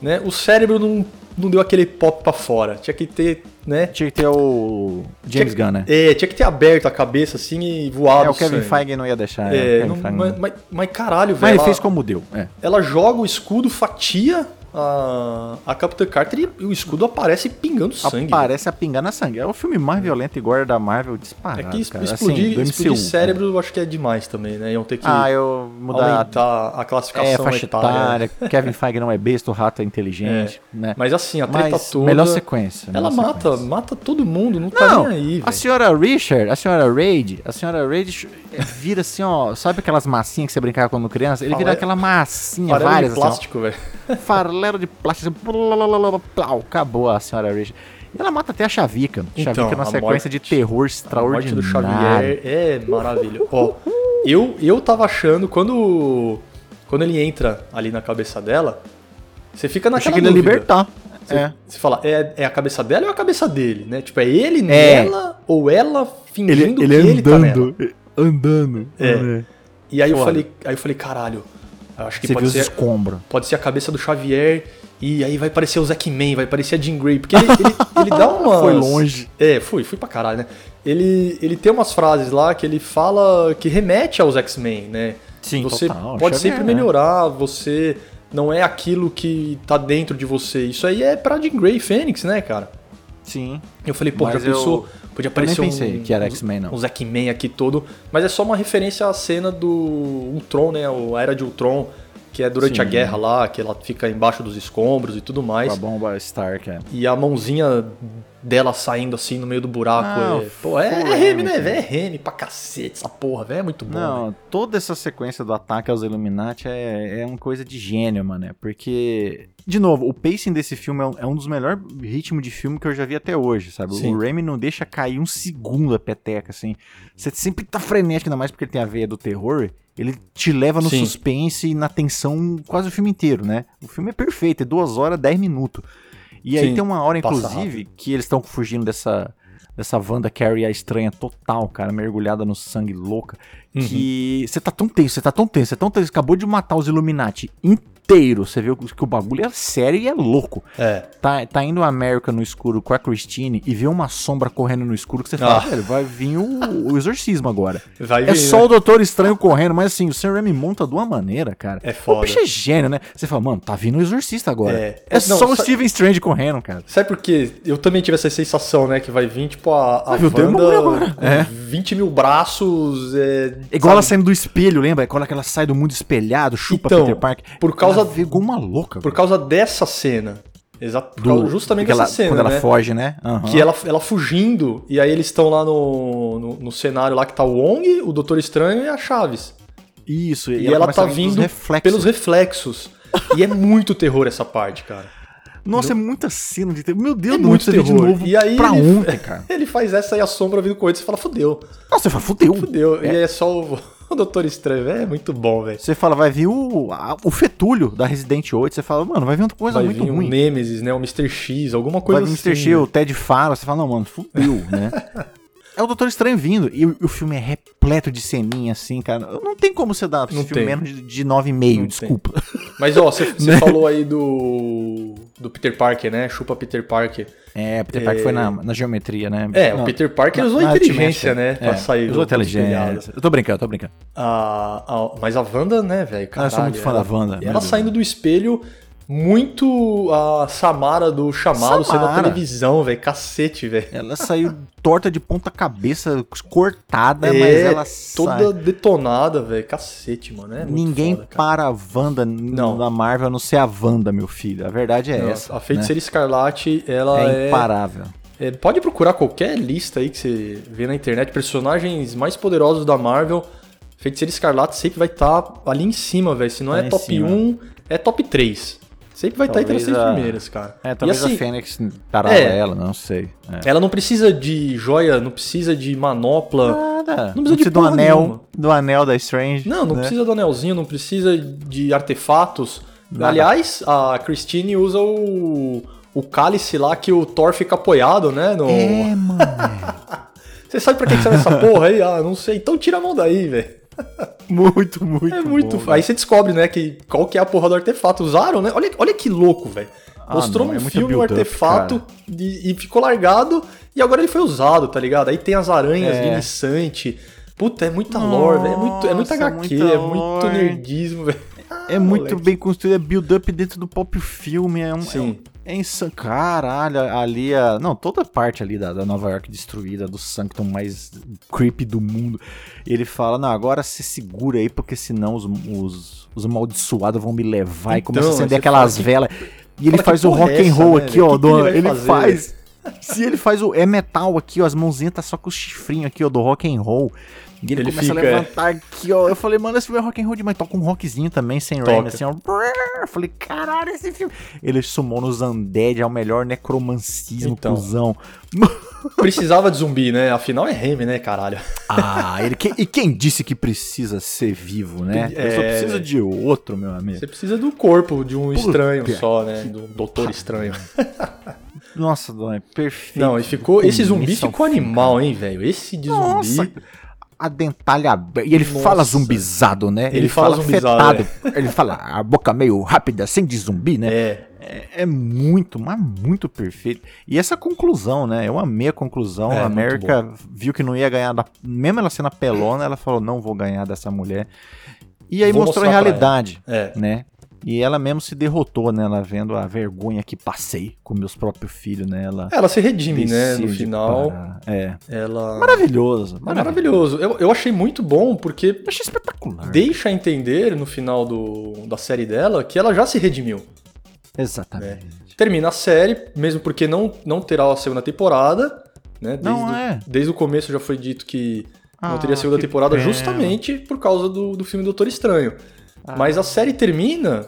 né? O cérebro não, não deu aquele pop pra fora. Tinha que ter, né? tinha que ter o James tinha, Gunn, né? É, tinha que ter aberto a cabeça assim e voado É, o Kevin sangue. Feige não ia deixar. É, o Kevin não- Feige não- mas, mas- mas caralho, Mas velho. ele fez Ela, como deu. É. ela joga o escudo, fatia a, a Capitã Carter e o escudo aparece pingando sangue. Aparece a pingar na sangue. É o filme mais violento e gore da Marvel É disparado. que es- cara. explodir, assim, do explodir MCU, cérebro eu acho que é demais também, né? Iam ter que né? Ah, eu mudar aumentar a É, classificação faixa etária. etária. Kevin Feige não é besta, o rato é inteligente, né? Mas assim, a treta Mas toda... melhor sequência. Ela melhor mata, sequência. mata todo mundo, não, tá Não, assim, nem aí, a velho. senhora Richard, a senhora Raid, a senhora Raid ch- eh, vira assim, ó, sabe aquelas massinhas que você brincava quando criança? Ele vira Farelo- aquela massinha, Farelo várias de assim, ó. plástico, velho. farelo de plástico, assim, plalalalala, plau, acabou a senhora Richard. E ela mata até a Chavica. Então, Chavica é uma a sequência morte- de terror A morte extraordinário. do Xavier é maravilhoso. Ó, eu, eu tava achando, quando, quando ele entra ali na cabeça dela, você fica Eu achei naquela que ele ia dúvida. libertar. Você, É. você fala, é, é a cabeça dela ou é a cabeça dele, né? Tipo, é ele É. nela ou ela Ele, fingindo ele que ele tá nela. andando. Andando. É. E aí eu Foda. falei, aí eu falei, caralho, eu acho que Você pode viu os ser, escombros. pode ser a cabeça do Xavier e aí vai parecer o Zack Man, vai parecer a Jean Grey, porque ele, ele, ele dá uma Foi longe. É, fui, fui pra caralho, né? Ele, ele tem umas frases lá que ele fala que remete aos X-Men, né? Sim, você total, pode Xavier, sempre né? melhorar, você não é aquilo que tá dentro de você. Isso aí é pra Jean Grey e Fênix, né, cara? Sim. Eu falei, pô, já Mas eu- pensou? Eu Podia nem aparecer pensei um, que era X-Men, não. um Zack-Man aqui todo, mas é só uma referência à cena do Ultron, né? o- A Era de Ultron, que é durante a Sim. guerra lá, que ela fica embaixo dos escombros e tudo Com mais. a bomba Stark, é. E a mãozinha dela saindo assim no meio do buraco. Ah, é, pô, é, polêmica. é Remy, né? velho? É Remy pra cacete essa porra, velho. É muito bom. velho. Não, toda essa sequência do ataque aos Illuminati é, é uma coisa de gênio, mano. né? Porque, de novo, o pacing desse filme é um, é um dos melhores ritmos de filme que eu já vi até hoje, sabe? Sim. O Raimi não deixa cair um segundo a peteca, assim. Você sempre tá frenético, ainda mais porque ele tem a veia do terror. Ele te leva no Sim. suspense e na tensão quase o filme inteiro, né? O filme é perfeito, é duas horas, dez minutos. E aí Sim, tem uma hora, passa inclusive, que eles estão fugindo dessa, dessa Wanda Carrie a estranha total, cara, mergulhada no sangue louca. Uhum. Que você tá tão tenso, você tá tão tenso, você tá tão tenso. Acabou de matar os Illuminati inteiro. Você vê que o bagulho é sério e é louco. É. Tá, tá indo a América no escuro com a Christine e vê uma sombra correndo no escuro que você fala, Ah. velho, vai vir o, o exorcismo agora. Vai É ver, só né? o Doutor Estranho correndo, mas assim, o Sam Raimi monta de uma maneira, cara. É O foda. bicho é gênio, né? Você fala, mano, tá vindo o exorcista agora. É. É, Não, só o só- Steven Strange correndo, cara. Sabe por quê? Eu também tive essa sensação, né? Que vai vir, tipo, a, a Vai vir o demônio um agora. É. com 20 mil braços. É, Igual ela sabe? saindo do espelho, lembra? Quando ela sai do mundo espelhado, chupa Então, Peter Park. por causa- Ela vê igual uma louca. Por causa dessa cena. Exato. Por causa justamente porque dessa ela- cena. Quando ela né? foge, né? Aham. Que ela, ela fugindo, e aí eles estão lá no, no, no cenário lá que tá o Wong, o Doutor Estranho e a Chaves. Isso, E, ela, começa tá a vir dos vindo reflexos. pelos reflexos. E é muito terror essa parte, cara. Nossa, é muita cena de terror. Meu Deus, é do céu, muito você vê de terror. novo e aí pra ele, ontem, cara. Ele faz essa e a sombra vindo correndo, você fala, fudeu, Nossa, você fala, fudeu. fudeu. E aí é só o, o Doutor Estranho, é muito bom, velho. Você fala, vai vir o, a- o fetulho da Resident 8. Você fala, mano, vai vir outra coisa Vai muito vir um ruim. Nemesis, né, um Mr. X, alguma coisa vai vir o assim. Mr. X, o Ted Fala. Você fala, não, mano, fudeu, né? É o Doutor Estranho vindo. E o, o filme é repleto de ceninha, assim, cara. Não tem como você dar pra esse Não filme tem. menos de- de 9,5, Não desculpa. Mas ó, você você falou aí do do Peter Parker, né, chupa Peter Parker. É, Peter Parker foi na, na geometria, né? É, o Não, Peter Parker usou na- na inteligência, aritmética. né, pra É, sair Usou do- do telhado. inteligência. Eu tô brincando, eu tô brincando. A- a- mas a Wanda, né, velho? Cara, Ah, eu sou muito fã ela- da Wanda, meu Ela Deus. saindo do espelho, muito a Samara do chamado saindo da Samara. televisão, velho. Cacete, velho. Ela saiu torta de ponta cabeça, cortada, É, mas ela sai. toda detonada, velho. Cacete, mano. É muito Ninguém foda, cara. para a Wanda n- Não. na Marvel a não ser a Wanda, meu filho. A verdade é Não, essa. a feiticeira escarlate, ela né? é. é imparável. é- pode procurar qualquer lista aí que você vê na internet, personagens mais poderosos da Marvel. Feiticeira escarlate sempre vai estar ali em cima, velho. Se não Lá é Tá em top cima. 1, é top 3. Sempre vai estar entre as Talvez três a- primeiras, cara. É, e talvez assim, a Fênix tarava é. ela, não sei. É. Ela não precisa de joia, não precisa de manopla. Nada. Não precisa de do porra anel, nenhuma. do anel da Strange. Não, não né? precisa do anelzinho, não precisa de artefatos. Nada. Aliás, a Christine usa o, o cálice lá que o Thor fica apoiado, né? no- É, mano. Você sabe pra que que serve essa porra aí? Ah, não sei. Então tira a mão daí, velho. muito, muito. É muito. bom, f- aí você descobre, né, que qual que é a porra do artefato. Usaram, né? Olha, olha que louco, velho. Ah, Mostrou não, no é muito filme o build-up, artefato e, e ficou largado e agora ele foi usado, tá ligado? Aí tem as aranhas É. guinissantes. Puta, é muita lore, velho. É muito, é muito Nossa, HQ, muita é muito lore. nerdismo, velho. É muito Moleque. bem construído, é build-up dentro do próprio filme. É um. Sim. É, um- é insano. Caralho, ali a. Não, toda a parte ali da, da Nova York destruída, do Sanctum mais creepy do mundo. Ele fala: Não, agora se segura aí, porque senão os, os, os amaldiçoados vão me levar. e Então, começa a aí você acender aquelas fala que- velas. E ele fala, faz que o porra é rock and essa, roll né, aqui, velho? ó. Que que do- ele vai ele fazer? faz. Se ele faz o. É metal aqui, ó. As mãozinhas tá só com o chifrinho aqui, ó, do rock and roll. E ele, Ele começa fica, a é. levantar aqui, ó. Eu falei, mano, esse filme é rock and roll demais. Toca um rockzinho também, sem Toca. rhyme, assim, ó. Eu falei, caralho, esse filme. Ele sumou nos Undead, é o melhor necromancismo, Então. cuzão. Precisava de zumbi, né? Afinal é Remy, né, caralho? Ah, ele, que- e quem disse que precisa ser vivo, né? Eu só É. preciso de outro, meu amigo. Você precisa do corpo de um estranho Puta só, né? Do doutor estranho. Nossa, Dona, perfeito. Não, e ficou. Esse zumbi Isso é um ficou filme, animal, hein, velho? Esse de Nossa, zumbi. a dentalha aberta. E ele Nossa. fala zumbizado, né? Ele fala zumbizado, fetado. Ele fala a boca meio rápida, sem de zumbi, né? É. É, é muito, mas muito perfeito. E essa conclusão, né? Eu amei a conclusão. É, a muito América viu que não ia ganhar, da... mesmo ela sendo a pelona, ela falou: não vou ganhar dessa mulher. E aí Vou mostrou a mostrar pra realidade, É. né? E ela mesmo se derrotou, né? Ela vendo a vergonha que passei com meus próprios filhos, né? Ela Ela se redime, né? No decide final, parar. É. ela. Maravilhoso. É maravilhoso. Eu, eu achei muito bom porque Eu achei espetacular. deixa a entender no final do, da série dela que ela já se redimiu. Exatamente. Termina a série, mesmo porque não, não terá a segunda temporada, né? Desde, Não o- é. desde o começo já foi dito que não Ah, teria segunda que temporada pena. justamente por causa do, do filme Doutor Estranho. Ah. Mas a série termina.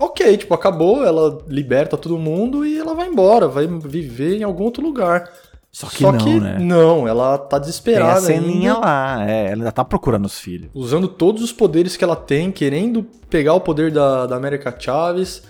Ok, tipo, acabou, ela liberta todo mundo e ela vai embora, vai viver em algum outro lugar. Só que não, né? não, ela tá Tem a desesperada ceninha ainda, lá. É, ela ainda tá procurando os filhos. usando todos os poderes que ela tem, querendo pegar o poder da, da América Chaves,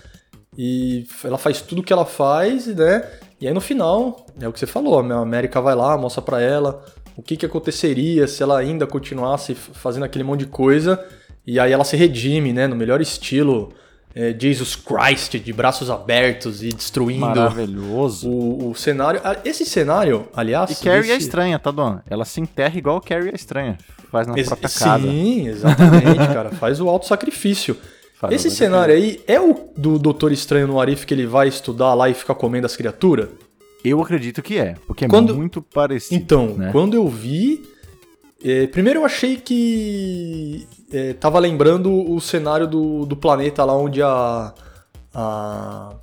e f- ela faz tudo que ela faz, né? E aí no final, é o que você falou, a América vai lá, mostra pra ela o que, que aconteceria se ela ainda continuasse f- fazendo aquele monte de coisa, e aí ela se redime, né? No melhor estilo é, Jesus Christ, de braços abertos e destruindo Maravilhoso. o, o cenário. Ah, Esse cenário, aliás... E Carrie é desse- estranha, tá, dona? Ela se enterra igual Carrie é estranha. Faz na Ex- própria casa. Sim, exatamente, cara. Faz o auto-sacrifício. Faz Esse o cenário aí é o do Doutor Estranho no Arif que ele vai estudar lá e fica comendo as criaturas? Eu acredito que é, porque é Quando- muito parecido. Então, né? quando eu vi. eh, primeiro eu achei que. eh, tava lembrando o cenário do, do planeta lá onde a. a-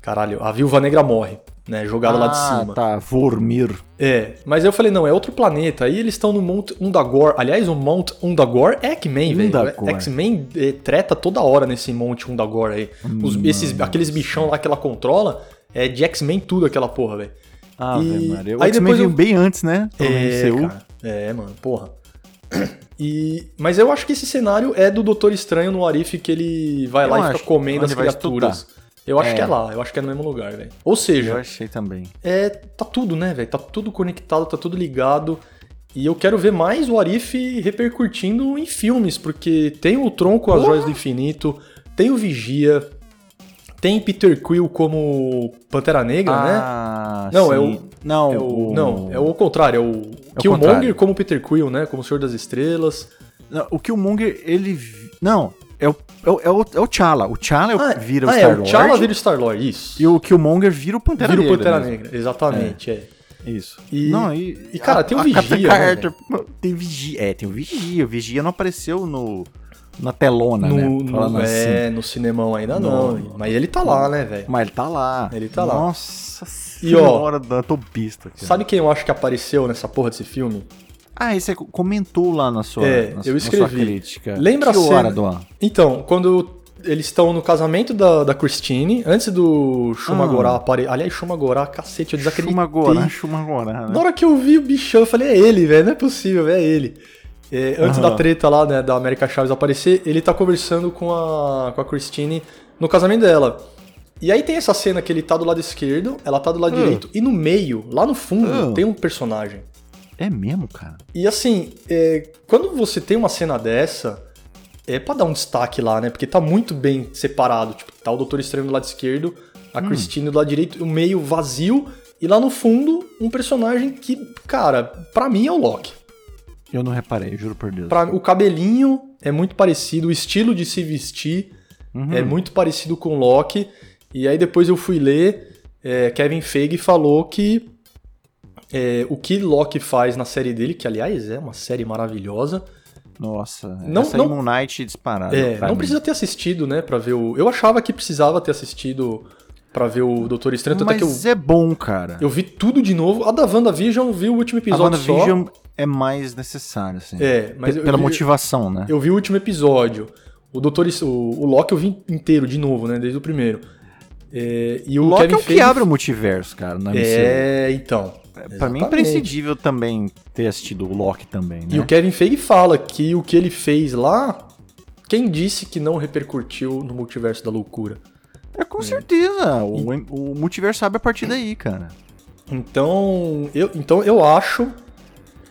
Caralho, a viúva negra morre, né? Jogada lá de Ah, cima. tá, Vormir. É, mas aí eu falei, não, é outro planeta. Aí eles estão no Mount Undagor. Aliás, o Mount Undagor é X-Men, velho. Undagor. X-Men é, treta toda hora nesse Monte Undagor aí. Hum, Os, esses, aqueles bichão lá que ela controla é de X-Men tudo aquela porra, velho. Ah, E- velho, Maria. O aí X-Men depois eu- veio bem antes, né? Pelo É, MCU. cara. é, mano, porra. E, mas eu acho que esse cenário é do Doutor Estranho no Arif que ele vai Eu lá e acho, fica comendo onde as vai criaturas. Eu acho É. que é lá, eu acho que é no mesmo lugar, velho. Ou Eu seja, achei também. é, tá tudo, né, velho? Tá tudo conectado, tá tudo ligado. E eu quero ver mais o Arif repercutindo em filmes, porque tem o Tron com as Joias do Infinito, tem o Vigia, tem Peter Quill como Pantera Negra, né? Ah, Não, é sim. o- Não, É o, não, é o contrário, é o Killmonger contrário. como Peter Quill, né? Como Senhor das Estrelas. Não, o Killmonger, ele. vi- Não, é o, é o, é o, é o T'Challa. O T'Challa é o que vira o é, Star-Lord. o T'Challa vira o Star-Lord, isso. E o Killmonger vira o Pantera vira o Negra. Pantera mesmo. Negra, exatamente, é. Isso. E- não, e, e, cara, tem o Vigia, Capitã né, Carter, tem Vigia. É, tem o Vigia. O Vigia não apareceu no, na telona, No, né? no, Falando assim. É, no cinemão ainda No- não. Mas ele tá lá, né, velho? Mas ele tá lá. Ele tá lá. Nossa E, ó, senhora da topista. cara. Sabe quem eu acho que apareceu nessa porra desse filme? Ah, e você comentou lá na sua, É, na, su- eu na sua escrevi. crítica. Lembra que a cena- hora, Duan? Então, quando eles estão no casamento da, da Christine, antes do Shumagorá aparecer. Aliás, Shumagorá, cacete, eu desacreditei. Chumagorá, Chumagorá, Na Ah. né? hora que eu vi o bichão, eu falei, é ele, velho, não é possível, é ele. É, antes Aham. da treta lá, né, da América Chaves aparecer, ele tá conversando com a, com a Christine no casamento dela. E aí tem essa cena que ele tá do lado esquerdo, ela tá do lado Hum. direito, e no meio, lá no fundo, Hum. tem um personagem. É mesmo, cara? E assim, é, quando você tem uma cena dessa, é pra dar um destaque lá, né? Porque tá muito bem separado. Tipo, tá o Doutor Estranho do lado esquerdo, a Christine do lado direito, o meio vazio, e lá no fundo, um personagem que, cara, pra mim é o Loki. Eu não reparei, juro por Deus. Pra- o cabelinho é muito parecido, o estilo de se vestir Uhum. é muito parecido com o Loki. E aí depois eu fui ler, é, Kevin Feige falou que é, o que Loki faz na série dele, que aliás é uma série maravilhosa, Nossa, Não- essa não- aí Moon Knight disparada. É, pra não mim. precisa ter assistido, né, pra ver o... Eu achava que precisava ter assistido pra ver o Doutor Estranho, tanto é Mas que eu, é bom, cara. eu vi tudo de novo. A da WandaVision, vi o último A episódio só. WandaVision é mais necessário, assim. É, mas Pe- eu, pela vi, motivação, né? eu vi o último episódio. O Doutor... Es- O, o Loki eu vi inteiro, de novo, né, desde o primeiro. É, e o O Loki Kevin é o que Feige- abre o multiverso, cara, na MCU. É, então. Pra mim é Exatamente. imprescindível também ter assistido o Loki também, né? E o Kevin Feige fala que o que ele fez lá... Quem disse que não repercutiu no multiverso da loucura? É com certeza. O, o multiverso abre a partir daí, cara. Então eu, então eu acho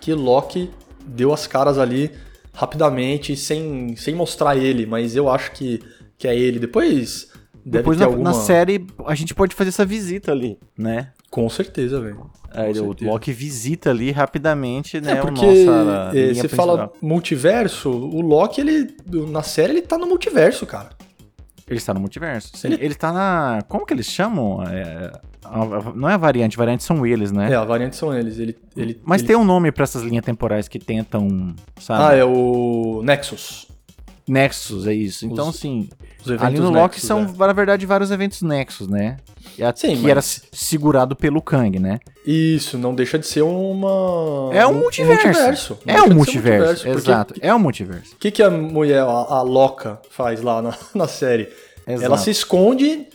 que Loki deu as caras ali rapidamente, sem, sem mostrar ele, mas eu acho que, que é ele. Depois deve Depois ter na, alguma... na série a gente pode fazer essa visita ali, né? Com certeza, velho. Aí Com o certeza. Loki visita ali rapidamente, né? É, porque o nossa eh, linha você principal. fala multiverso, o Loki, ele na série, ele tá no multiverso, cara. Ele está no multiverso. Sim. Ele- Ele... está na. Como que eles chamam? É, a- a- não é a variante, variante são eles, né? É, a variante são eles. Ele, ele, Mas ele... tem um nome pra essas linhas temporais que tentam, Ah, sabe? é o Nexus. Nexus, é isso. Então, Os assim, Os eventos ali no Loki Nexus, são, é. na verdade, vários eventos Nexus, né? E a- Sim, que mas- era se- segurado pelo Kang, né? Isso, não deixa de ser uma. É um multiverso. Não é deixa de ser um multiverso, porque exato. É um multiverso. O que, que a mulher, a, a Loca, faz lá na, na série? Exato. Ela se esconde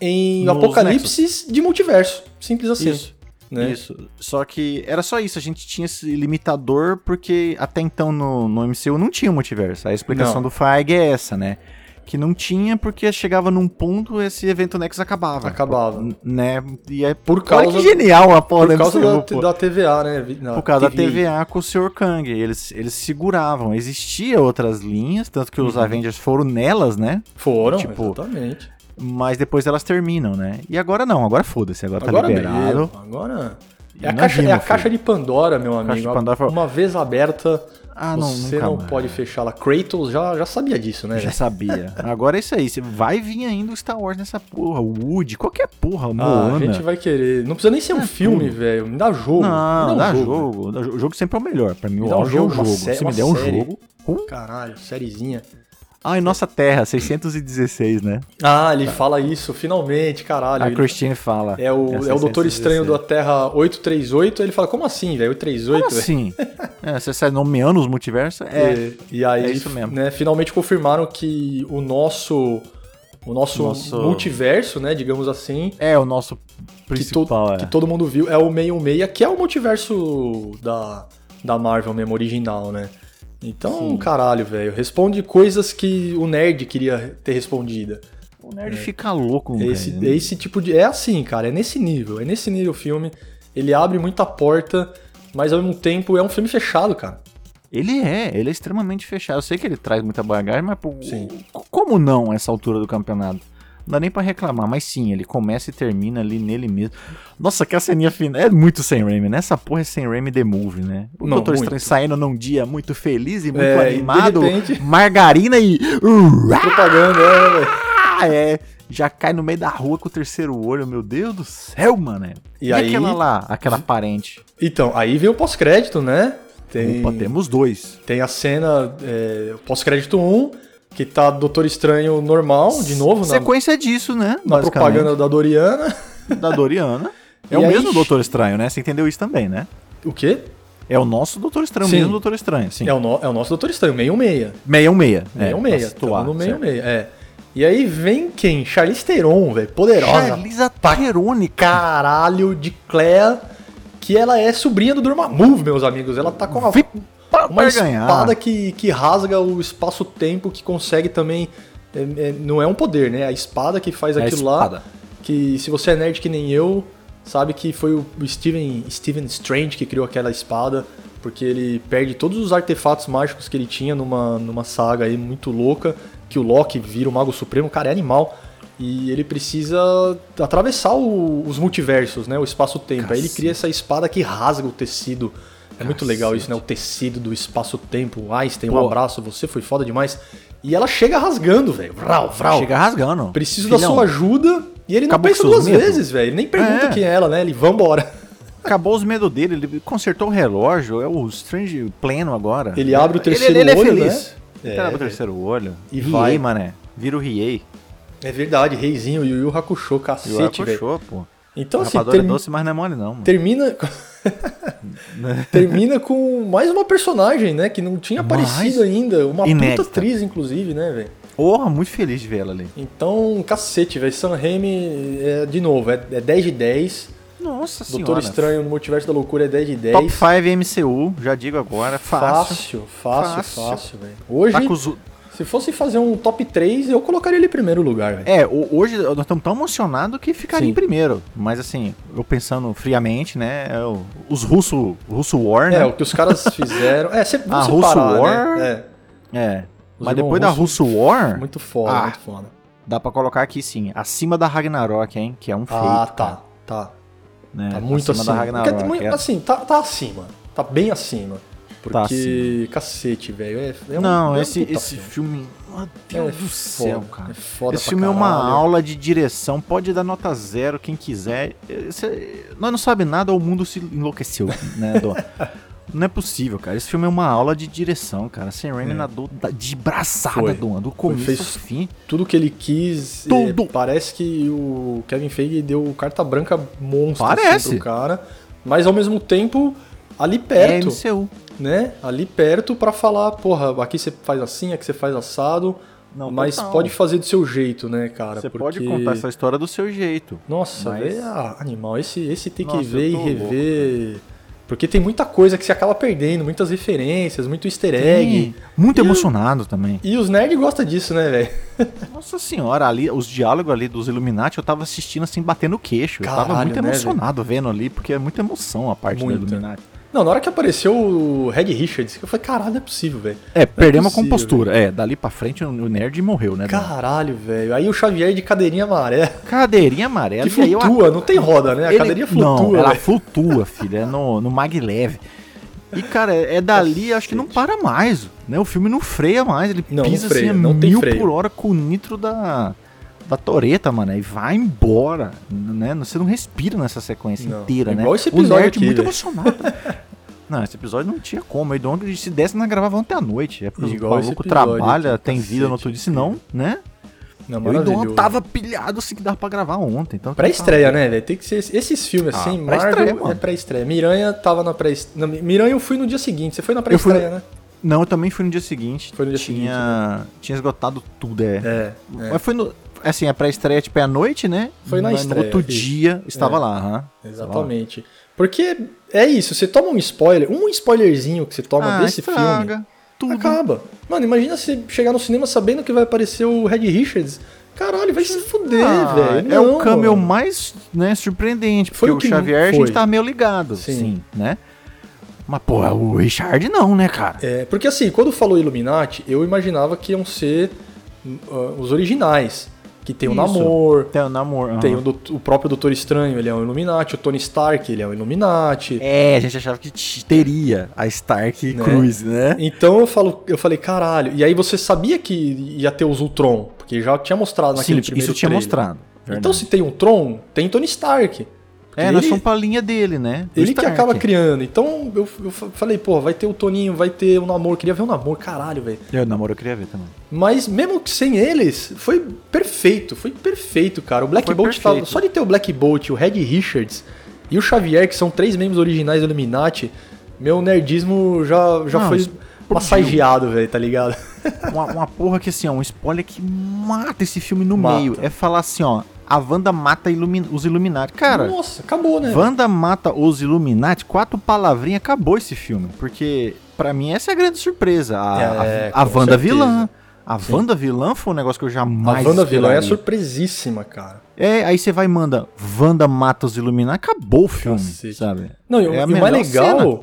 em Nos apocalipses de multiverso. Simples assim. Isso. né? Isso. Só que era só isso, a gente tinha esse limitador, porque até então no, no MCU não tinha multiverso. A explicação Não. do Feige é essa, né? Que não tinha porque chegava num ponto esse evento Nexus acabava. Acabava. N- Né? E é Por Olha causa, que genial a porra por do causa da, MCU, pô. da TVA, né? Vi- na Por causa TV. da TVA com o Sr. Kang. Eles, eles seguravam. Existia outras linhas, tanto que os Uhum. Avengers foram nelas, né? Foram, Tipo, exatamente. Mas depois elas terminam, né? E agora não, agora foda-se, agora, Agora tá liberado. mesmo, agora. É a, Imagina, caixa, é a filho. caixa de Pandora, meu de amigo. Pandora, uma vez aberta, Ah, não, você nunca não mais. pode fechá-la. Kratos já, já sabia disso, né? Já sabia. Agora é isso aí. Você vai vir ainda o Star Wars nessa porra. o Woody, qualquer porra, Ah, Moana. a gente vai querer. Não precisa nem ser um filme, velho. Me dá jogo. É, Não, me dá um jogo. dá jogo. O jogo sempre é o melhor. Pra mim, Me o dá um auge é o jogo, uma jogo. sé- Se uma me der um série. jogo. uh, Hum. Caralho, sériezinha. Ai, nossa terra, 616, né? Ah, ele fala isso, finalmente, caralho. A Ele- Christine fala. É o, é o Doutor 616. Estranho da Terra 838. Ele fala, como assim, velho? 838, Como velho? assim? É, você sai nomeando os multiversos? É. E, e aí, é isso mesmo. né, finalmente confirmaram que o nosso o nosso, Nosso- multiverso, né, digamos assim, É o nosso que, to- principal. que é. todo mundo viu é o 616, que é o multiverso da, da Marvel mesmo, original, né? Então, caralho, velho, responde coisas que o nerd queria ter respondida. O nerd fica louco, É velho. esse, é esse tipo de. É assim, cara, é nesse nível. É nesse nível o filme. Ele abre muita porta, mas ao mesmo tempo é um filme fechado, cara. Ele é, ele é extremamente fechado. Eu sei que ele traz muita bagagem, mas pô, Sim. co- como não essa altura do campeonato? Não dá nem pra reclamar, mas sim, ele começa e termina ali nele mesmo. Nossa, que a ceninha final. É muito sem Raimi, né? Essa porra é sem Raimi The Movie, né? O Não, Doutor muito. Estranho saindo num dia muito feliz e muito É, e de animado. repente- Margarina e. uh, Urá! Propaganda, é, velho. É, já cai no meio da rua com o terceiro olho. Meu Deus do céu, mano. E aí- aquela lá, aquela parente? Então, aí vem o pós-crédito, né? Tem, Opa, temos dois. tem a cena é, pós-crédito 1, que tá Doutor Estranho normal, de novo, na, Sequência disso, né? na Basicamente. propaganda da Doriana. da Doriana. É E o aí- mesmo Doutor Estranho, né? Você entendeu isso também, né? O quê? É o nosso Doutor Estranho, Sim. o mesmo Doutor Estranho, sim. É o, no- é o nosso Doutor Estranho, 616. Meia um meia. é, 616, pra é, situar, no certo. 616, é. E aí vem quem? Charlize Theron, velho, poderosa. Charliza Theron, cara. Caralho de Clea, que ela é sobrinha do Dormammu, meus amigos. Ela tá com uma... Vem pra- Uma pra ganhar. espada que, que rasga o espaço-tempo, que consegue também. é, é, não é um poder, né? A espada que faz É a aquilo espada. lá. Que se você é nerd que nem eu, sabe que foi o Steven, Steven Strange que criou aquela espada. Porque ele perde todos os artefatos mágicos que ele tinha numa, numa saga aí muito louca. Que o Loki vira o Mago Supremo, cara, é animal. E ele precisa atravessar o- os multiversos, né? O espaço-tempo. Aí ele Cacete. cria essa espada que rasga o tecido. É muito legal isso, né? O tecido do espaço-tempo. Einstein, um Pô. abraço, você foi foda demais. E ela chega rasgando, velho. Vral, vral. Chega rasgando. Preciso da Filhão, sua ajuda. E ele não Acabou pensa com seus duas medos. vezes, velho. Ele nem pergunta É. quem é ela, né? Ele, vambora. Acabou os medos dele, ele consertou o relógio, é o Strange pleno agora. Ele abre o terceiro ele, ele olho, é feliz. né? Ele É, abre o velho. terceiro olho. E vai. mané. Vira o Riei. É verdade, reizinho, Yu Yu Hakusho, E o cacete, velho. Acuchô, pô. Então, assim, Rapadura é termi- doce, mas não é mole não, mano. termina... termina com mais uma personagem, né? Que não tinha Mais? aparecido ainda. Uma Inédita. puta atriz, inclusive, né, velho? Porra, muito feliz de ver ela ali. Então, cacete, velho. Sam Raimi, é, de novo, é, é 10 de 10. Nossa Doutor Estranho no Multiverso da Loucura é 10 de 10. Top 5 MCU, já digo agora, é fácil. Fácil, fácil, fácil, Fácil. velho. Hoje, Tá com os- Se fosse fazer um top 3, eu colocaria ele em primeiro lugar, velho. É, o- hoje nós estamos tão emocionados que ficaria Sim. em primeiro. Mas assim, eu pensando friamente, né? é o- os russo, russo War, É, né? o que os caras fizeram. É, sempre A vamos Russo separar, né? War- É, É. Os Mas irmãos depois da russos, Russo War, muito foda, Ah, muito foda. dá pra colocar aqui sim. Acima da Ragnarok, hein? Que é um feito. Ah, tá, tá. né, Tá muito acima. Da acima. Ragnarok. Quer- muito- é. assim, tá, tá acima. Tá bem acima. Porque, Tá cacete, velho. É, é um, Não, é um esse, puta esse filme. Meu Deus é do céu, foda, cara. É foda Esse pra filme é uma caralho. aula de direção, pode dar nota zero, quem quiser. Esse- é, nós não sabe nada, o mundo se enlouqueceu, né, Dom? Não é possível, cara. Esse filme é uma aula de direção, cara. Sam Raimi É. nadou da- de braçada, Foi. Dom, do começo fez- ao fim. Tudo que ele quis. eh, Tudo. parece que o Kevin Feige deu carta branca monstro assim, Parece. pro cara. Mas ao mesmo tempo, ali É perto, MCU. né? Ali perto pra falar, porra, aqui você faz assim, aqui você faz assado. Não, mas total. pode fazer do seu jeito, né, cara? Você Porque- pode contar essa história do seu jeito. Nossa, Mas- velho, ah, animal, esse, esse tem que Nossa, eu ver e tô louco, rever. porque tem muita coisa que você acaba perdendo, muitas referências, muito easter egg. Sim, muito E o- emocionado também. E os nerds gostam disso, né, velho? Nossa senhora, ali, os diálogos ali dos Illuminati, eu tava assistindo assim, batendo o queixo. eu tava Caralho, muito né, emocionado vendo ali, porque é muita emoção a parte Muita. do Illuminati. Não, na hora que apareceu o Red Richards, eu falei, caralho, não é possível, velho. É, perdemos possível, a compostura. É, dali pra frente o o nerd morreu, né? Dan? Caralho, velho. Aí o Xavier de cadeirinha amarela, Cadeirinha amarela. que É, e aí eu- flutua, não tem roda, né? A ele- cadeirinha flutua. Não, ela velho. flutua, filha. É no, no maglev. E, cara, é dali, acho que não para mais, né? O filme não freia mais. Ele Não, não pisa freia, assim a não tem mil freio. por hora com o nitro da, da toreta, mano. E vai embora, né? Você não respira nessa sequência Não, inteira, né? igual esse episódio o nerd aqui, muito velho. emocionado. né? Não, esse episódio não tinha como. Aí, onde se desse, nós gravava ontem à noite. É porque Igual o esse maluco episódio trabalha, aqui, tem vida no outro cacete, dia, senão, né? Não, Eu e Dom maravilhoso. tava pilhado assim que dava pra gravar ontem. Então, Pré-estreia, né, velho? Tem que ser esses filmes Ah, assim, pré-estreia, Marvel é mano. pré-estreia. Miranha tava na pré-estreia. Miranha eu fui no dia seguinte. Você foi na pré-estreia, né? Não, eu também fui no dia seguinte. Foi no dia né? tinha, Tinha esgotado tudo, é. É. Mas foi no. Assim, a pré-estreia, tipo, é à noite, né? Foi na Mas estreia, No outro isso. dia, estava É. lá, aham. Exatamente. Porque é isso, você toma um spoiler, um spoilerzinho que você toma Ah, desse estraga filme, tudo. acaba. Mano, imagina você chegar no cinema sabendo que vai aparecer o Red Richards. Caralho, vai se fuder, Ah, velho. é Não, o cameo mano. mais né, surpreendente, porque Foi o o que Xavier a foi. gente tava meio ligado, Sim. sim. né? Mas, pô, o Richard não, né, cara? É, porque assim, quando falou Illuminati, eu imaginava que iam ser uh, os originais. Que tem o Isso. Namor, Tem o namoro. aham. tem o, dout- o próprio Doutor Estranho, ele é um Illuminati, o Tony Stark, ele é um Illuminati. É, a gente achava que t- teria a Stark Né? Cruz, né? Então eu, falo, eu falei, caralho. E aí você sabia que ia ter os Ultron, porque já tinha mostrado naquele Sim, primeiro isso tinha trailer. mostrado. é Então verdade. se tem um Tron, tem Tony Stark. Porque É, ele, nós somos pra linha dele, né? Do ele que Stark. acaba criando. Então eu, eu fa- falei, pô, vai ter o Toninho, vai ter o Namor. Queria ver o Namor, caralho, velho. Eu namoro, eu queria ver também. Mas mesmo que sem eles, foi perfeito, foi perfeito, cara. O Black Foi Bolt tava, perfeito. só de ter o Black Bolt, o Red Richards e o Xavier, que são três membros originais do Illuminati, meu nerdismo já, já Não, foi explodiu. massageado, velho, tá ligado? Uma, uma porra que assim, ó, um spoiler que mata esse filme no Mata. meio. É falar assim, ó, a Wanda mata Ilumi- os Illuminati. Cara, Nossa, acabou, né? Wanda mata os Illuminati, quatro palavrinhas, acabou esse filme. Porque, pra mim, essa é a grande surpresa. A, É, a, a com Wanda certeza. vilã. A Wanda vilã foi um negócio que eu jamais A Wanda vilã é esperaria. surpresíssima, cara. É, aí você vai e manda Wanda mata os Illuminati, acabou o filme, Cacete. sabe? Não, e, o- É a e o melhor mais legal cena.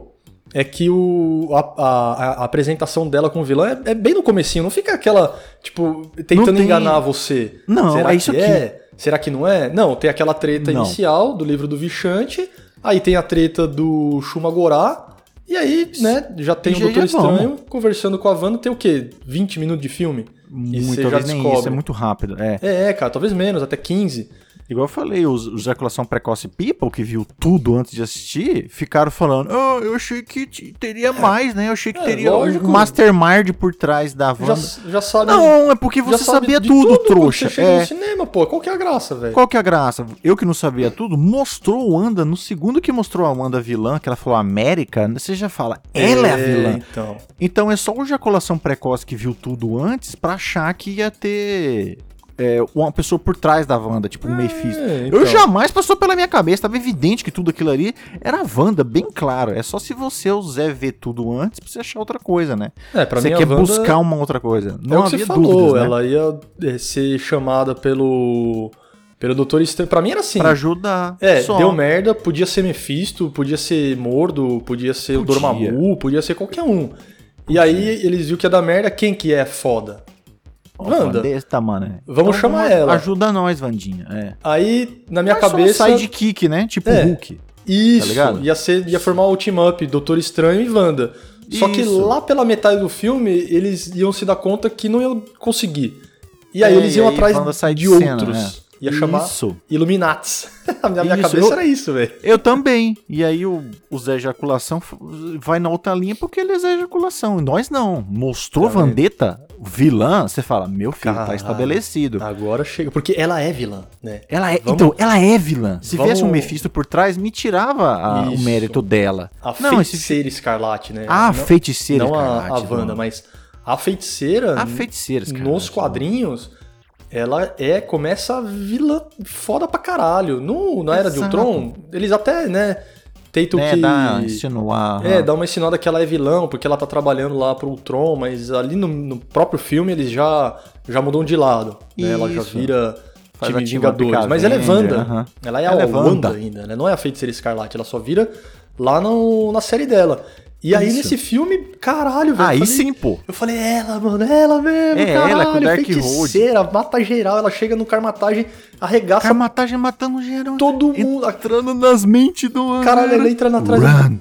é que o, a, a- a apresentação dela com o vilão é, é bem no comecinho, não fica aquela, tipo, tentando tem- enganar você. Não, Será é isso que aqui. é? Será que não é? Não, tem aquela treta Não. inicial do livro do Vichante, aí tem a treta do Shumagorá, e aí, né, já tem E o já- Doutor já vamos. Estranho conversando com a Wanda, tem o quê? 20 minutos de filme? E Muito, você já talvez nem descobre. isso, é muito rápido. É. É, é, cara, talvez menos, até 15. Igual eu falei, os, os ejaculação precoce people, que viu tudo antes de assistir, ficaram falando, "Ah, eu achei que t- teria mais, né? Eu achei que É, teria lógico. um mastermind por trás da Já, Wanda. já sabe... Não, é porque você já sabe sabia de tudo, quando trouxa. Você chega no É, cinema, pô, qual que é a graça, velho? qual que é a graça? Eu que não sabia tudo, mostrou o Wanda, no segundo que mostrou a Wanda vilã, que ela falou América, você já fala, ela é a vilã. Então. Então é só o ejaculação precoce que viu tudo antes pra achar que ia ter é, uma pessoa por trás da Wanda, tipo o É, Mephisto. então. Eu jamais passou pela minha cabeça, tava evidente que tudo aquilo ali era a Wanda, bem claro. É só se você quiser ver tudo antes pra você achar outra coisa, né? É, pra você mim a quer Wanda- buscar uma outra coisa. Não é o que havia você falou, dúvidas, né? ela ia eh, ser chamada pelo pelo Doutor Estranho. Pra mim era assim. Pra ajudar. É, só. deu merda, podia ser Mephisto, podia ser Mordo, podia ser o Podia. Dormammu, podia ser qualquer um. E aí eles viu que ia dar merda, quem que é foda? Wanda. Opa, desta, mano. é. Então, Vamos chamar ela. Ajuda nós, Vandinha. É. Aí, na minha Mas só um cabeça, sidekick, né? Tipo É. Hulk. isso, ligado? ia, ser, ia formar o team-up, Doutor Estranho e Wanda. Só que Isso. lá pela metade do filme, eles iam se dar conta que não iam conseguir. E aí É, eles e iam aí atrás Wanda sai de, de cena, outros. né? Ia chamar Isso. Illuminati. na minha, minha Isso, cabeça eu- era isso, velho. Eu também. E aí o, o Zé Ejaculação f- vai na outra linha porque ele é Zé Ejaculação. E nós não. Mostrou Tá vendo? Vandetta, vilã, você fala, meu filho, tá Caralho. estabelecido. Agora chega, porque ela é vilã, né? Ela é, Vamos- então, ela é vilã. Se Vamos- viesse um Mephisto por trás, me tirava a- o Isso. mérito dela. A não, esse fi- feiticeira escarlate, né? Ah, não, feiticeira. Ah, não a, a Escarlate, Wanda, não. mas a feiticeira, A feiticeira, Escarlate, nos não. quadrinhos, ela é começa vilã foda pra caralho. No, na Era de Exato. Ultron, eles até, né, tentam Né, que... dá insinuar. É, dá uma ensinada que ela é vilão, porque ela tá trabalhando lá pro Ultron, mas ali no, no próprio filme eles já, já mudam de lado. né? Ela já Isso. vira Faz time a Team Vingadores. Up Mas ela é Avenger, Wanda. aham. Ela é Ela a é Wanda Wanda. ainda, ela não é a feiticeira escarlate, ela só vira lá no- na série dela. E aí Isso. Ah, nesse filme, caralho, velho. eu Aí falei- sim, pô. Eu falei, "É ela, mano, ela mesmo, É, caralho, ela com o Dark Hold. feiticeira, mata geral, ela chega no Carmatagem, arregaça Carmatagem matando geral. todo mundo. Entrando nas mentes do. Caralho, ela entra na trás. Run.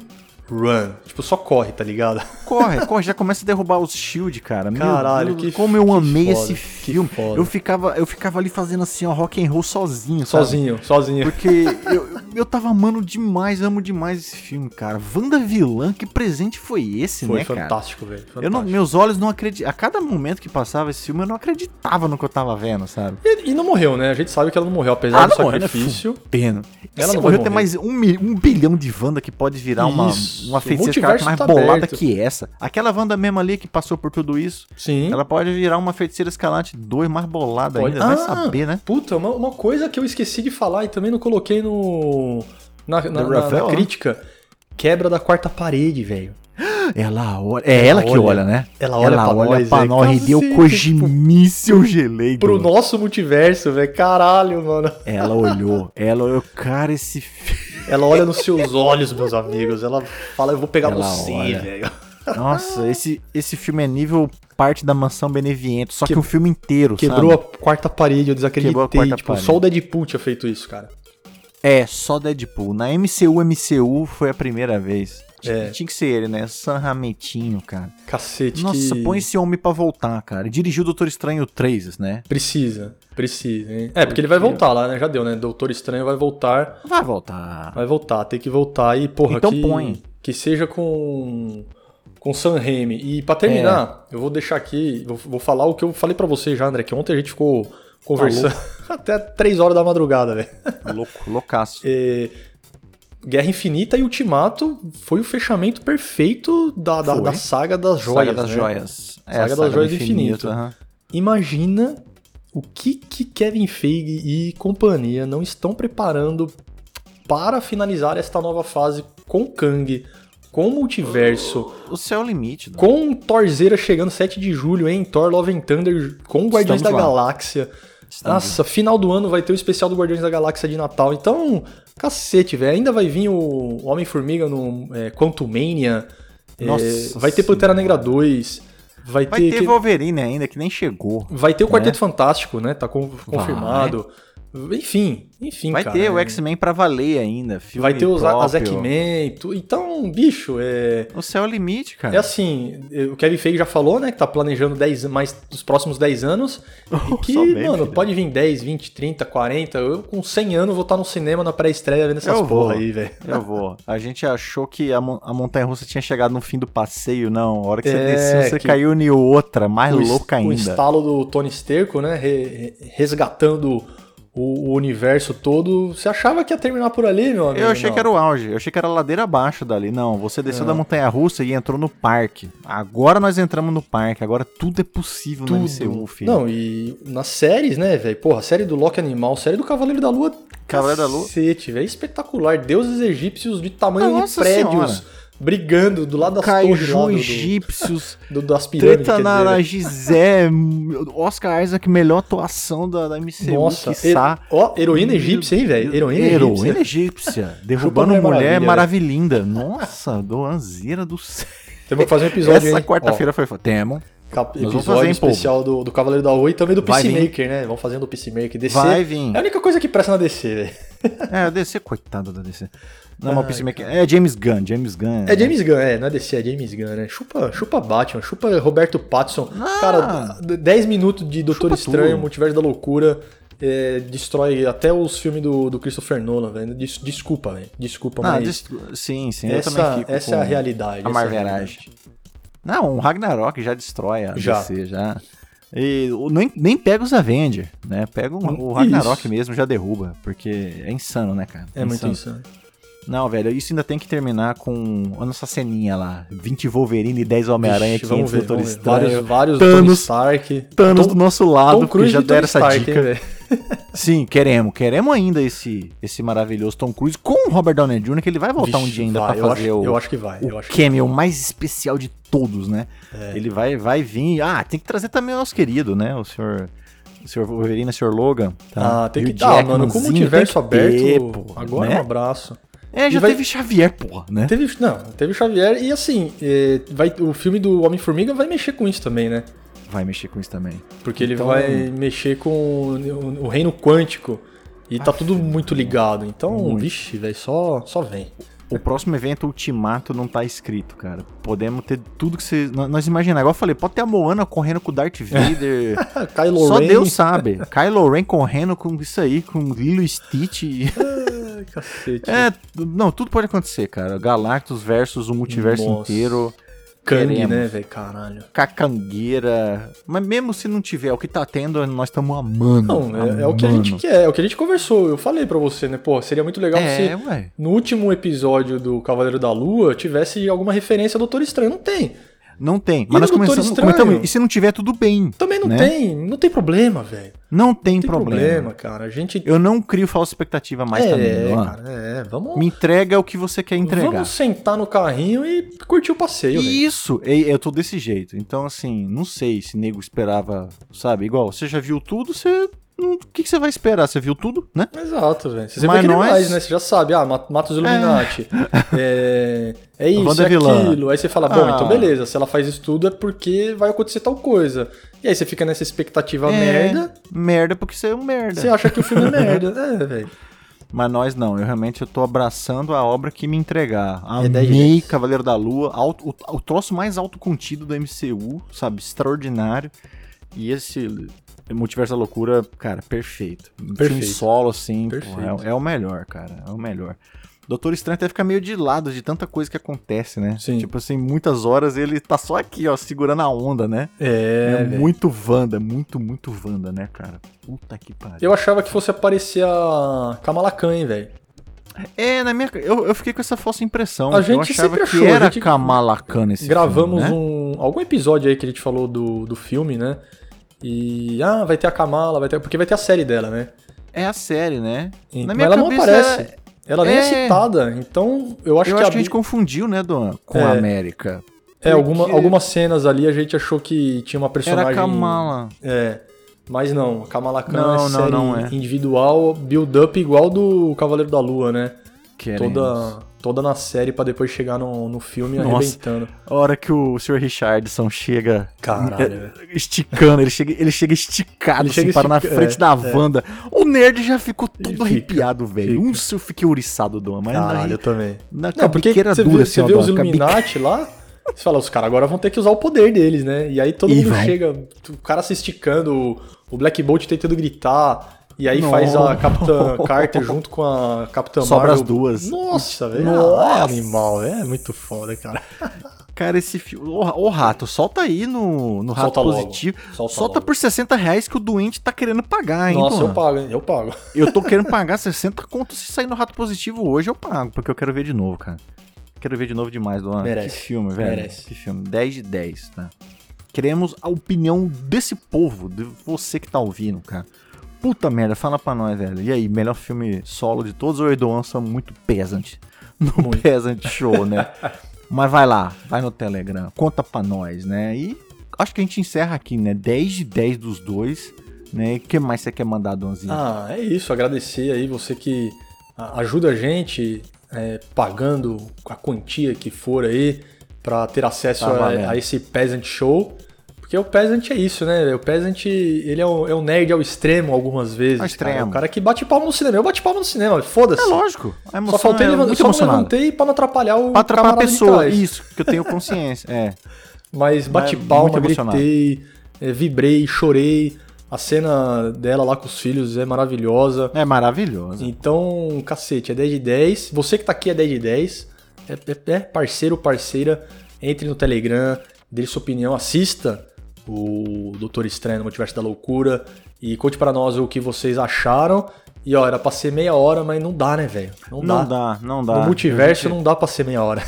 Run. Tipo, só corre, tá ligado? Corre, corre, já começa a derrubar os shield, cara. Meu Caralho, Deus, que- como eu que amei foda, esse que filme. foda. Eu ficava, eu ficava ali fazendo assim, ó, rock and roll sozinho, sabe? Sozinho, sozinho. Porque eu, eu tava amando demais, amo demais esse filme, cara. Wanda vilã, que presente foi esse, Foi né, cara? fantástico, velho. Eu não, fantástico. meus olhos não acreditavam. A cada momento que passava esse filme, eu não acreditava no que eu tava vendo, sabe? E, e não morreu, né? A gente sabe que ela não morreu, Ah, apesar do né? sacrifício. Pena. É Ela Ela não não vai morreu, tem morrer. mais um, mi- um bilhão de Wanda que pode virar uma, Isso, uma o feiticeira multiverso escarlate mais tá bolada aberto. que essa. Aquela Wanda mesmo ali que passou por tudo isso, Sim. ela pode virar uma feiticeira escarlate 2 mais bolada Pode- ainda. Vai Ah! saber, né? Puta, uma, uma coisa que eu esqueci de falar e também não coloquei no. Na, na- na- Rafael, na né? crítica. Quebra da quarta parede, velho. Ela olha. É ela, que Ah. olha. olha, né? Ela olha pra nós, é, e deu cacete, cojimício gelei. tipo, Pro mano. nosso multiverso, velho. Caralho, mano. Ela olhou. Ela olhou, cara, esse filho. Ela olha nos seus olhos, meus amigos. Ela fala, eu vou pegar Ela você, olha. velho. Nossa, esse, esse filme é nível parte da mansão Beneviento, só que, Que- um filme inteiro, Quebrou sabe? a quarta parede, eu desacreditei. Quebrou a quarta tipo, parede. só o Deadpool tinha feito isso, cara. É, só Deadpool. Na MCU, MCU foi a primeira vez. É. Tinha que ser ele, né? San Rametinho, cara. Cacete. Nossa, que... põe esse homem pra voltar, cara. Dirigiu o Doutor Estranho 3, né? Precisa, precisa, hein? É, porque ele vai voltar lá, né? Já deu, né? Doutor Estranho vai voltar, Vai voltar. vai voltar, tem que voltar e, porra, Então que, põe. que seja com com San Raimi. E pra terminar, É. eu vou deixar aqui, vou, vou falar o que eu falei pra você já, André, que ontem a gente ficou conversando até 3 horas da madrugada, velho. Louco, loucaço. É, Guerra Infinita e Ultimato foi o fechamento perfeito da, da, Foi. da saga das joias, saga das né? joias. É, Saga das do joias do infinito. aham. Imagina o que, que Kevin Feige e companhia não estão preparando para finalizar esta nova fase com Kang, com multiverso, O céu é o limite. né? com Torzeira chegando 7 de julho em Thor Love and Thunder, com Guardiões da Estamos lá. Galáxia. Estamos- Nossa, final do ano vai ter o especial do Guardiões da Galáxia de Natal. Então, cacete, velho. Ainda vai vir o Homem-Formiga no é, Quantumania. É, Nossa vai ter Pantera Senhora. Negra 2. Vai, Vai ter, ter que- Wolverine ainda, que nem chegou. Vai ter o Quarteto Fantástico, né? Tá con- confirmado. Enfim, enfim, Vai cara. ter o É. X-Men pra valer ainda. Filme Vai ter os, as próprio. X-Men. tu- Então, bicho, é... O céu é o limite, cara. É assim, eh, o Kevin Feige já falou, né? Que tá planejando 10, an- mais os próximos 10 anos. E que, Só bem, mano, filho. pode vir 10, 20, 30, 40. Eu com 100 anos vou estar no cinema na pré-estreia vendo essas Eu vou. porra aí, velho. Eu vou. A gente achou que a, montanha russa tinha chegado no fim do passeio, não. A hora que você É, desceu, você que- caiu em outra, mais O es- louca O ainda. estalo do Tony Sterco, né? re- re- resgatando o, o universo todo. Você achava que ia terminar por ali, meu amigo? Eu achei não. É. que era o auge, eu achei que era a ladeira abaixo dali. Não, você desceu Não. da montanha russa e entrou no parque. Agora nós entramos no parque, agora tudo é possível no MCU, filho. Não, e nas séries, né, velho? Porra, a série do Loki Animal, série do Cavaleiro da Lua. Cavaleiro da Lua. Cacete, velho. Espetacular. Deuses egípcios de tamanho Nossa de prédios Senhora. brigando do lado das torres lá Kaiju, do- egípcios, do, do, das pirâmides. treta quer na, dizer, na né? Gizé, Oscar Isaac, melhor atuação da, da MCU, Nossa, quiçá. he- ó, heroína egípcia, hein, velho? Heroína, Heroína egípcia. egípcia. Derrubando Mulher mulher Maravilha, né? maravilhinda. Nossa, doanzeira do céu. Temos que fazer um episódio, Essa hein? quarta-feira foi foda. Temo. Ó, cap- vamos episódio fazer, hein, especial do, do Cavaleiro da Lua e também do Vai vir. Peacemaker, né? Vamos fazendo do Peacemaker. DC Vai vir. É a única coisa que presta na DC, velho. É, a DC, coitada da DC. Não, mas o Ai, Peacemaker. É James Gunn, James Gunn. É James Gunn, é, não é DC, é James Gunn, né? Chupa, chupa Batman, chupa Roberto Pattinson. Cara, d- 10 minutos de Doutor Ah! Chupa Estranho, tudo. Multiverso da Loucura, é, destrói até os filmes do, do Christopher Nolan, velho. Des- Desculpa, velho. Desculpa, Ah, mas des- sim, sim, eu também né? essa, fico essa com... é a realidade. a essa é Marvelagem. realidade. Não, o Ragnarok já destrói a Já. DC, já. E o- nem, nem pega os Avenger, né? Pega um- o Isso. Ragnarok mesmo, já derruba, porque é insano, né, cara? É muito insano. Não, velho, isso ainda tem que terminar com a nossa ceninha lá. 20 Wolverine e 10 Homem-Aranha, Vixe, vamos 500 ver, Doutor vamos ver. Estranho. Vários, vários Tony Thanos. Stark. Thanos Tom- do nosso lado, Tom porque Cruise já e Tony deram essa Stark, né? dica. hein, velho? Sim, queremos, queremos ainda esse, esse maravilhoso Tom Cruise com o Robert Downey Jr., que ele vai voltar um Vixe, dia ainda vai, pra eu fazer acho- o, Eu acho que vai, eu o acho que É. cameo mais especial de todos, né? Ele vai, vai vir. Ah, tem que trazer também o nosso querido, né? O senhor. O senhor Wolverine, o senhor Logan. tá? Ah, tem E que o dar, mano. Como o Jackmanzinho universo tem que aberto, ter, né? pô, agora né? um abraço. É, já E vai- teve Xavier, porra, né? Teve, não, teve o Xavier e assim, é, vai, o filme do Homem-Formiga vai mexer com isso também, né? Vai mexer com isso também. Porque ele Então- vai mexer com o, o reino quântico e tá tudo muito ligado. Então, Muito. vixe, velho, só, só vem. O próximo evento, Ultimato, não tá escrito, cara. Podemos ter tudo que vocês. nó- Nós imaginar. Igual eu falei, pode ter a Moana correndo com o Darth Vader. Ah, Kylo Só Ren- Deus sabe. Kylo Ren correndo com isso aí, com Lilo e Stitch. e- Ai, cacete. É, não, tudo pode acontecer, cara. Galactus versus o multiverso Nossa. inteiro. Kang, queremos. né, velho, caralho. cacangueira. Mas mesmo se não tiver o que tá tendo, nós estamos amando. Não, é, é o que a amando. gente quer, é o que a gente conversou. Eu falei pra você, né, pô, seria muito legal se É, ué. no último episódio do Cavaleiro da Lua tivesse alguma referência ao Doutor Estranho. Não tem. Não tem. no Mas nós Doutor começamos, Estranho? comentamos, e se não tiver, tudo bem. Também não né? tem, não tem problema, velho. Não tem, Não tem problema. problema, cara. A gente Eu não crio falsa expectativa mais é, também. Luan. cara, é, vamos, Me entrega o que você quer entregar. vamos sentar no carrinho e curtir o passeio, velho. Isso, e- eu tô desse jeito. Então, assim, não sei se nego esperava, sabe? Igual, você já viu tudo, você. não- O que, que você vai esperar? Você viu tudo, né? Exato, velho. Você sempre Mas quer nós- mais, né? Você já sabe, ah, mat- mata os Illuminati. É, é isso, é Wandavilã. aquilo. Aí você fala, bom, Ah. então beleza, se ela faz isso tudo é porque vai acontecer tal coisa. E aí você fica nessa expectativa É, merda, Merda, porque você é um merda. você acha que o filme é merda. É, velho. Mas nós não, eu realmente eu tô abraçando a obra que me entregar. É daí, Amei Cavaleiro da Lua, alto- o, o troço mais autocontido do MCU, sabe? Extraordinário. E esse Multiverso da Loucura, cara, perfeito. Um Filme Perfeito. solo, assim, pô, Perfeito. é, é o melhor, cara, é o melhor. Doutor Estranho até fica meio de lado de tanta coisa que acontece, né? Sim. Tipo assim, muitas horas ele tá só aqui, ó, segurando a onda, né? É, velho. muito Wanda, muito, muito Wanda, né, cara? Puta que pariu. Eu achava que fosse aparecer a Kamala Khan, hein, velho. É, na minha. Eu, eu fiquei com essa falsa impressão. A gente eu achava sempre que achou, a era gente- Kamala Khan esse Gravamos filme, né? um algum episódio aí que a gente falou do, do filme, né? E ah, vai ter a Kamala, vai ter porque vai ter a série dela, né? É a série, né? E- Na mas minha ela não cabeça, aparece. Ela nem é, é. citada. Então eu acho eu que, acho a, que a gente confundiu, né, Don? Com É. a América. é alguma, porque- algumas cenas ali a gente achou que tinha uma personagem. Era a Kamala. É. Mas não, a Kamala Khan Não, é não, série não é. individual, build-up igual do Cavaleiro da Lua, né? Queremos. Toda, toda na série pra depois chegar no, no filme Nossa. arrebentando. A hora que o Sr. Richardson chega. Caralho, é, velho. Esticando, ele chega, ele chega esticado, Ele assim, chega para na estica- frente é, da Wanda. O nerd já ficou todo Fica, arrepiado, velho. fica. Um se eu fiquei ouriçado, Dom, mas Caralho, na, eu também. na Não, porque você vê, cabiqueira dura, assim, você ó, vê Dom, os a cabique- Illuminati lá, você fala, os caras agora vão ter que usar o poder deles, né? E aí todo E mundo vão. chega, o cara se esticando, o- o Black Bolt tentando gritar, e aí faz a Nossa. Capitã Carter junto com a Capitã Sobra Marvel. as duas. Nossa, velho. Nossa. Ah, animal, é muito foda, cara. Cara, esse filme. Ô, ô, Rato, solta aí no, no Rato Solta logo. Positivo. Solta Solta, logo. por 60 reais que o doente tá querendo pagar, hein, Nossa, mano? eu pago, hein? Eu pago. Eu tô querendo pagar 60 conto. Se sair no Rato Positivo hoje, eu pago, porque eu quero ver de novo, cara. Quero ver de novo demais, Luan. Merece. Que filme, velho. Merece. Que filme. 10 de 10, tá? Queremos a opinião desse povo, de você que tá ouvindo, cara. Puta merda, fala pra nós, velho. E aí, melhor filme solo de todos ou Erdogan são muito pesante? No Muito. pesante show, né? Mas vai lá, vai no Telegram, conta pra nós, né? E acho que a gente encerra aqui, né? 10 de 10 dos dois, né? E o que mais você quer mandar, Donzinho? Ah, é isso. Agradecer aí você que a- ajuda a gente é, pagando a quantia que for aí pra ter acesso Tá a- valendo. a, esse Peasant Show. Porque o Peasant é isso, né? O Peasant, ele é um, é um nerd ao extremo algumas vezes. Ao cara. É extremo. o cara que bate palma no cinema. Eu bati palma no cinema, foda-se. É lógico. A Só emoção faltei é levan- muito só não emocionado. levantei pra não atrapalhar o Pra atrapalhar a camarada de pessoa. trás. Isso, que eu tenho consciência. É. Mas bati Mas palma, muito emocionado. gritei, eh, vibrei, chorei. A cena dela lá com os filhos é maravilhosa. É maravilhoso. Então, cacete, é 10 de 10. Você que tá aqui é 10 de 10. É, é- é parceiro, parceira. Entre no Telegram, dê sua opinião, assista o Doutor Estranho no Multiverso da Loucura e conte pra nós o que vocês acharam. E ó, era pra ser meia hora, mas não dá, né, velho? Não, Não dá. dá, não No dá. multiverso não dá pra ser meia hora.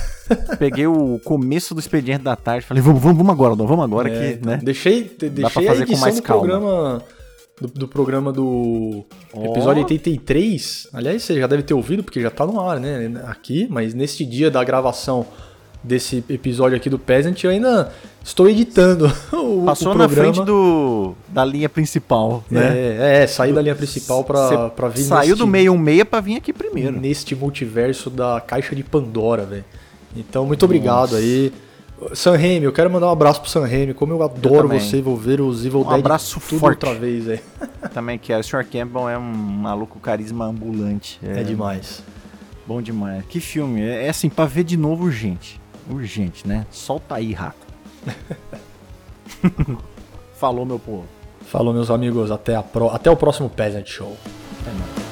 Peguei o começo do expediente da tarde, falei, vamos, vamos, vamos agora, Dom, vamos agora É, aqui, né? Deixei, de- Dá pra deixei a fazer com edição mais do calma. programa do, do programa do episódio 83. Aliás, você já deve ter ouvido porque já tá no ar, né, aqui, mas neste dia da gravação desse episódio aqui do Peasant, eu ainda estou editando o, Passou o na programa. frente do da linha principal, né? É, é, saí da linha principal pra, Cê pra vir Saiu neste- do meio um meia pra vir aqui primeiro. neste multiverso da caixa de Pandora, velho. Então, muito obrigado aí. San Remi, eu quero mandar um abraço pro San Remi, como eu adoro também. você, vou ver os Evil Um Dead abraço tudo forte. outra vez aí. Também que é, o Sr. Campbell é um maluco carisma ambulante. É. demais. Bom demais. Que filme. É, é assim, pra ver de novo urgente. Urgente, né? Solta aí, rato. Falou, meu povo. Falou, meus amigos, até, a pro... até o próximo Peasant Show. Até mais.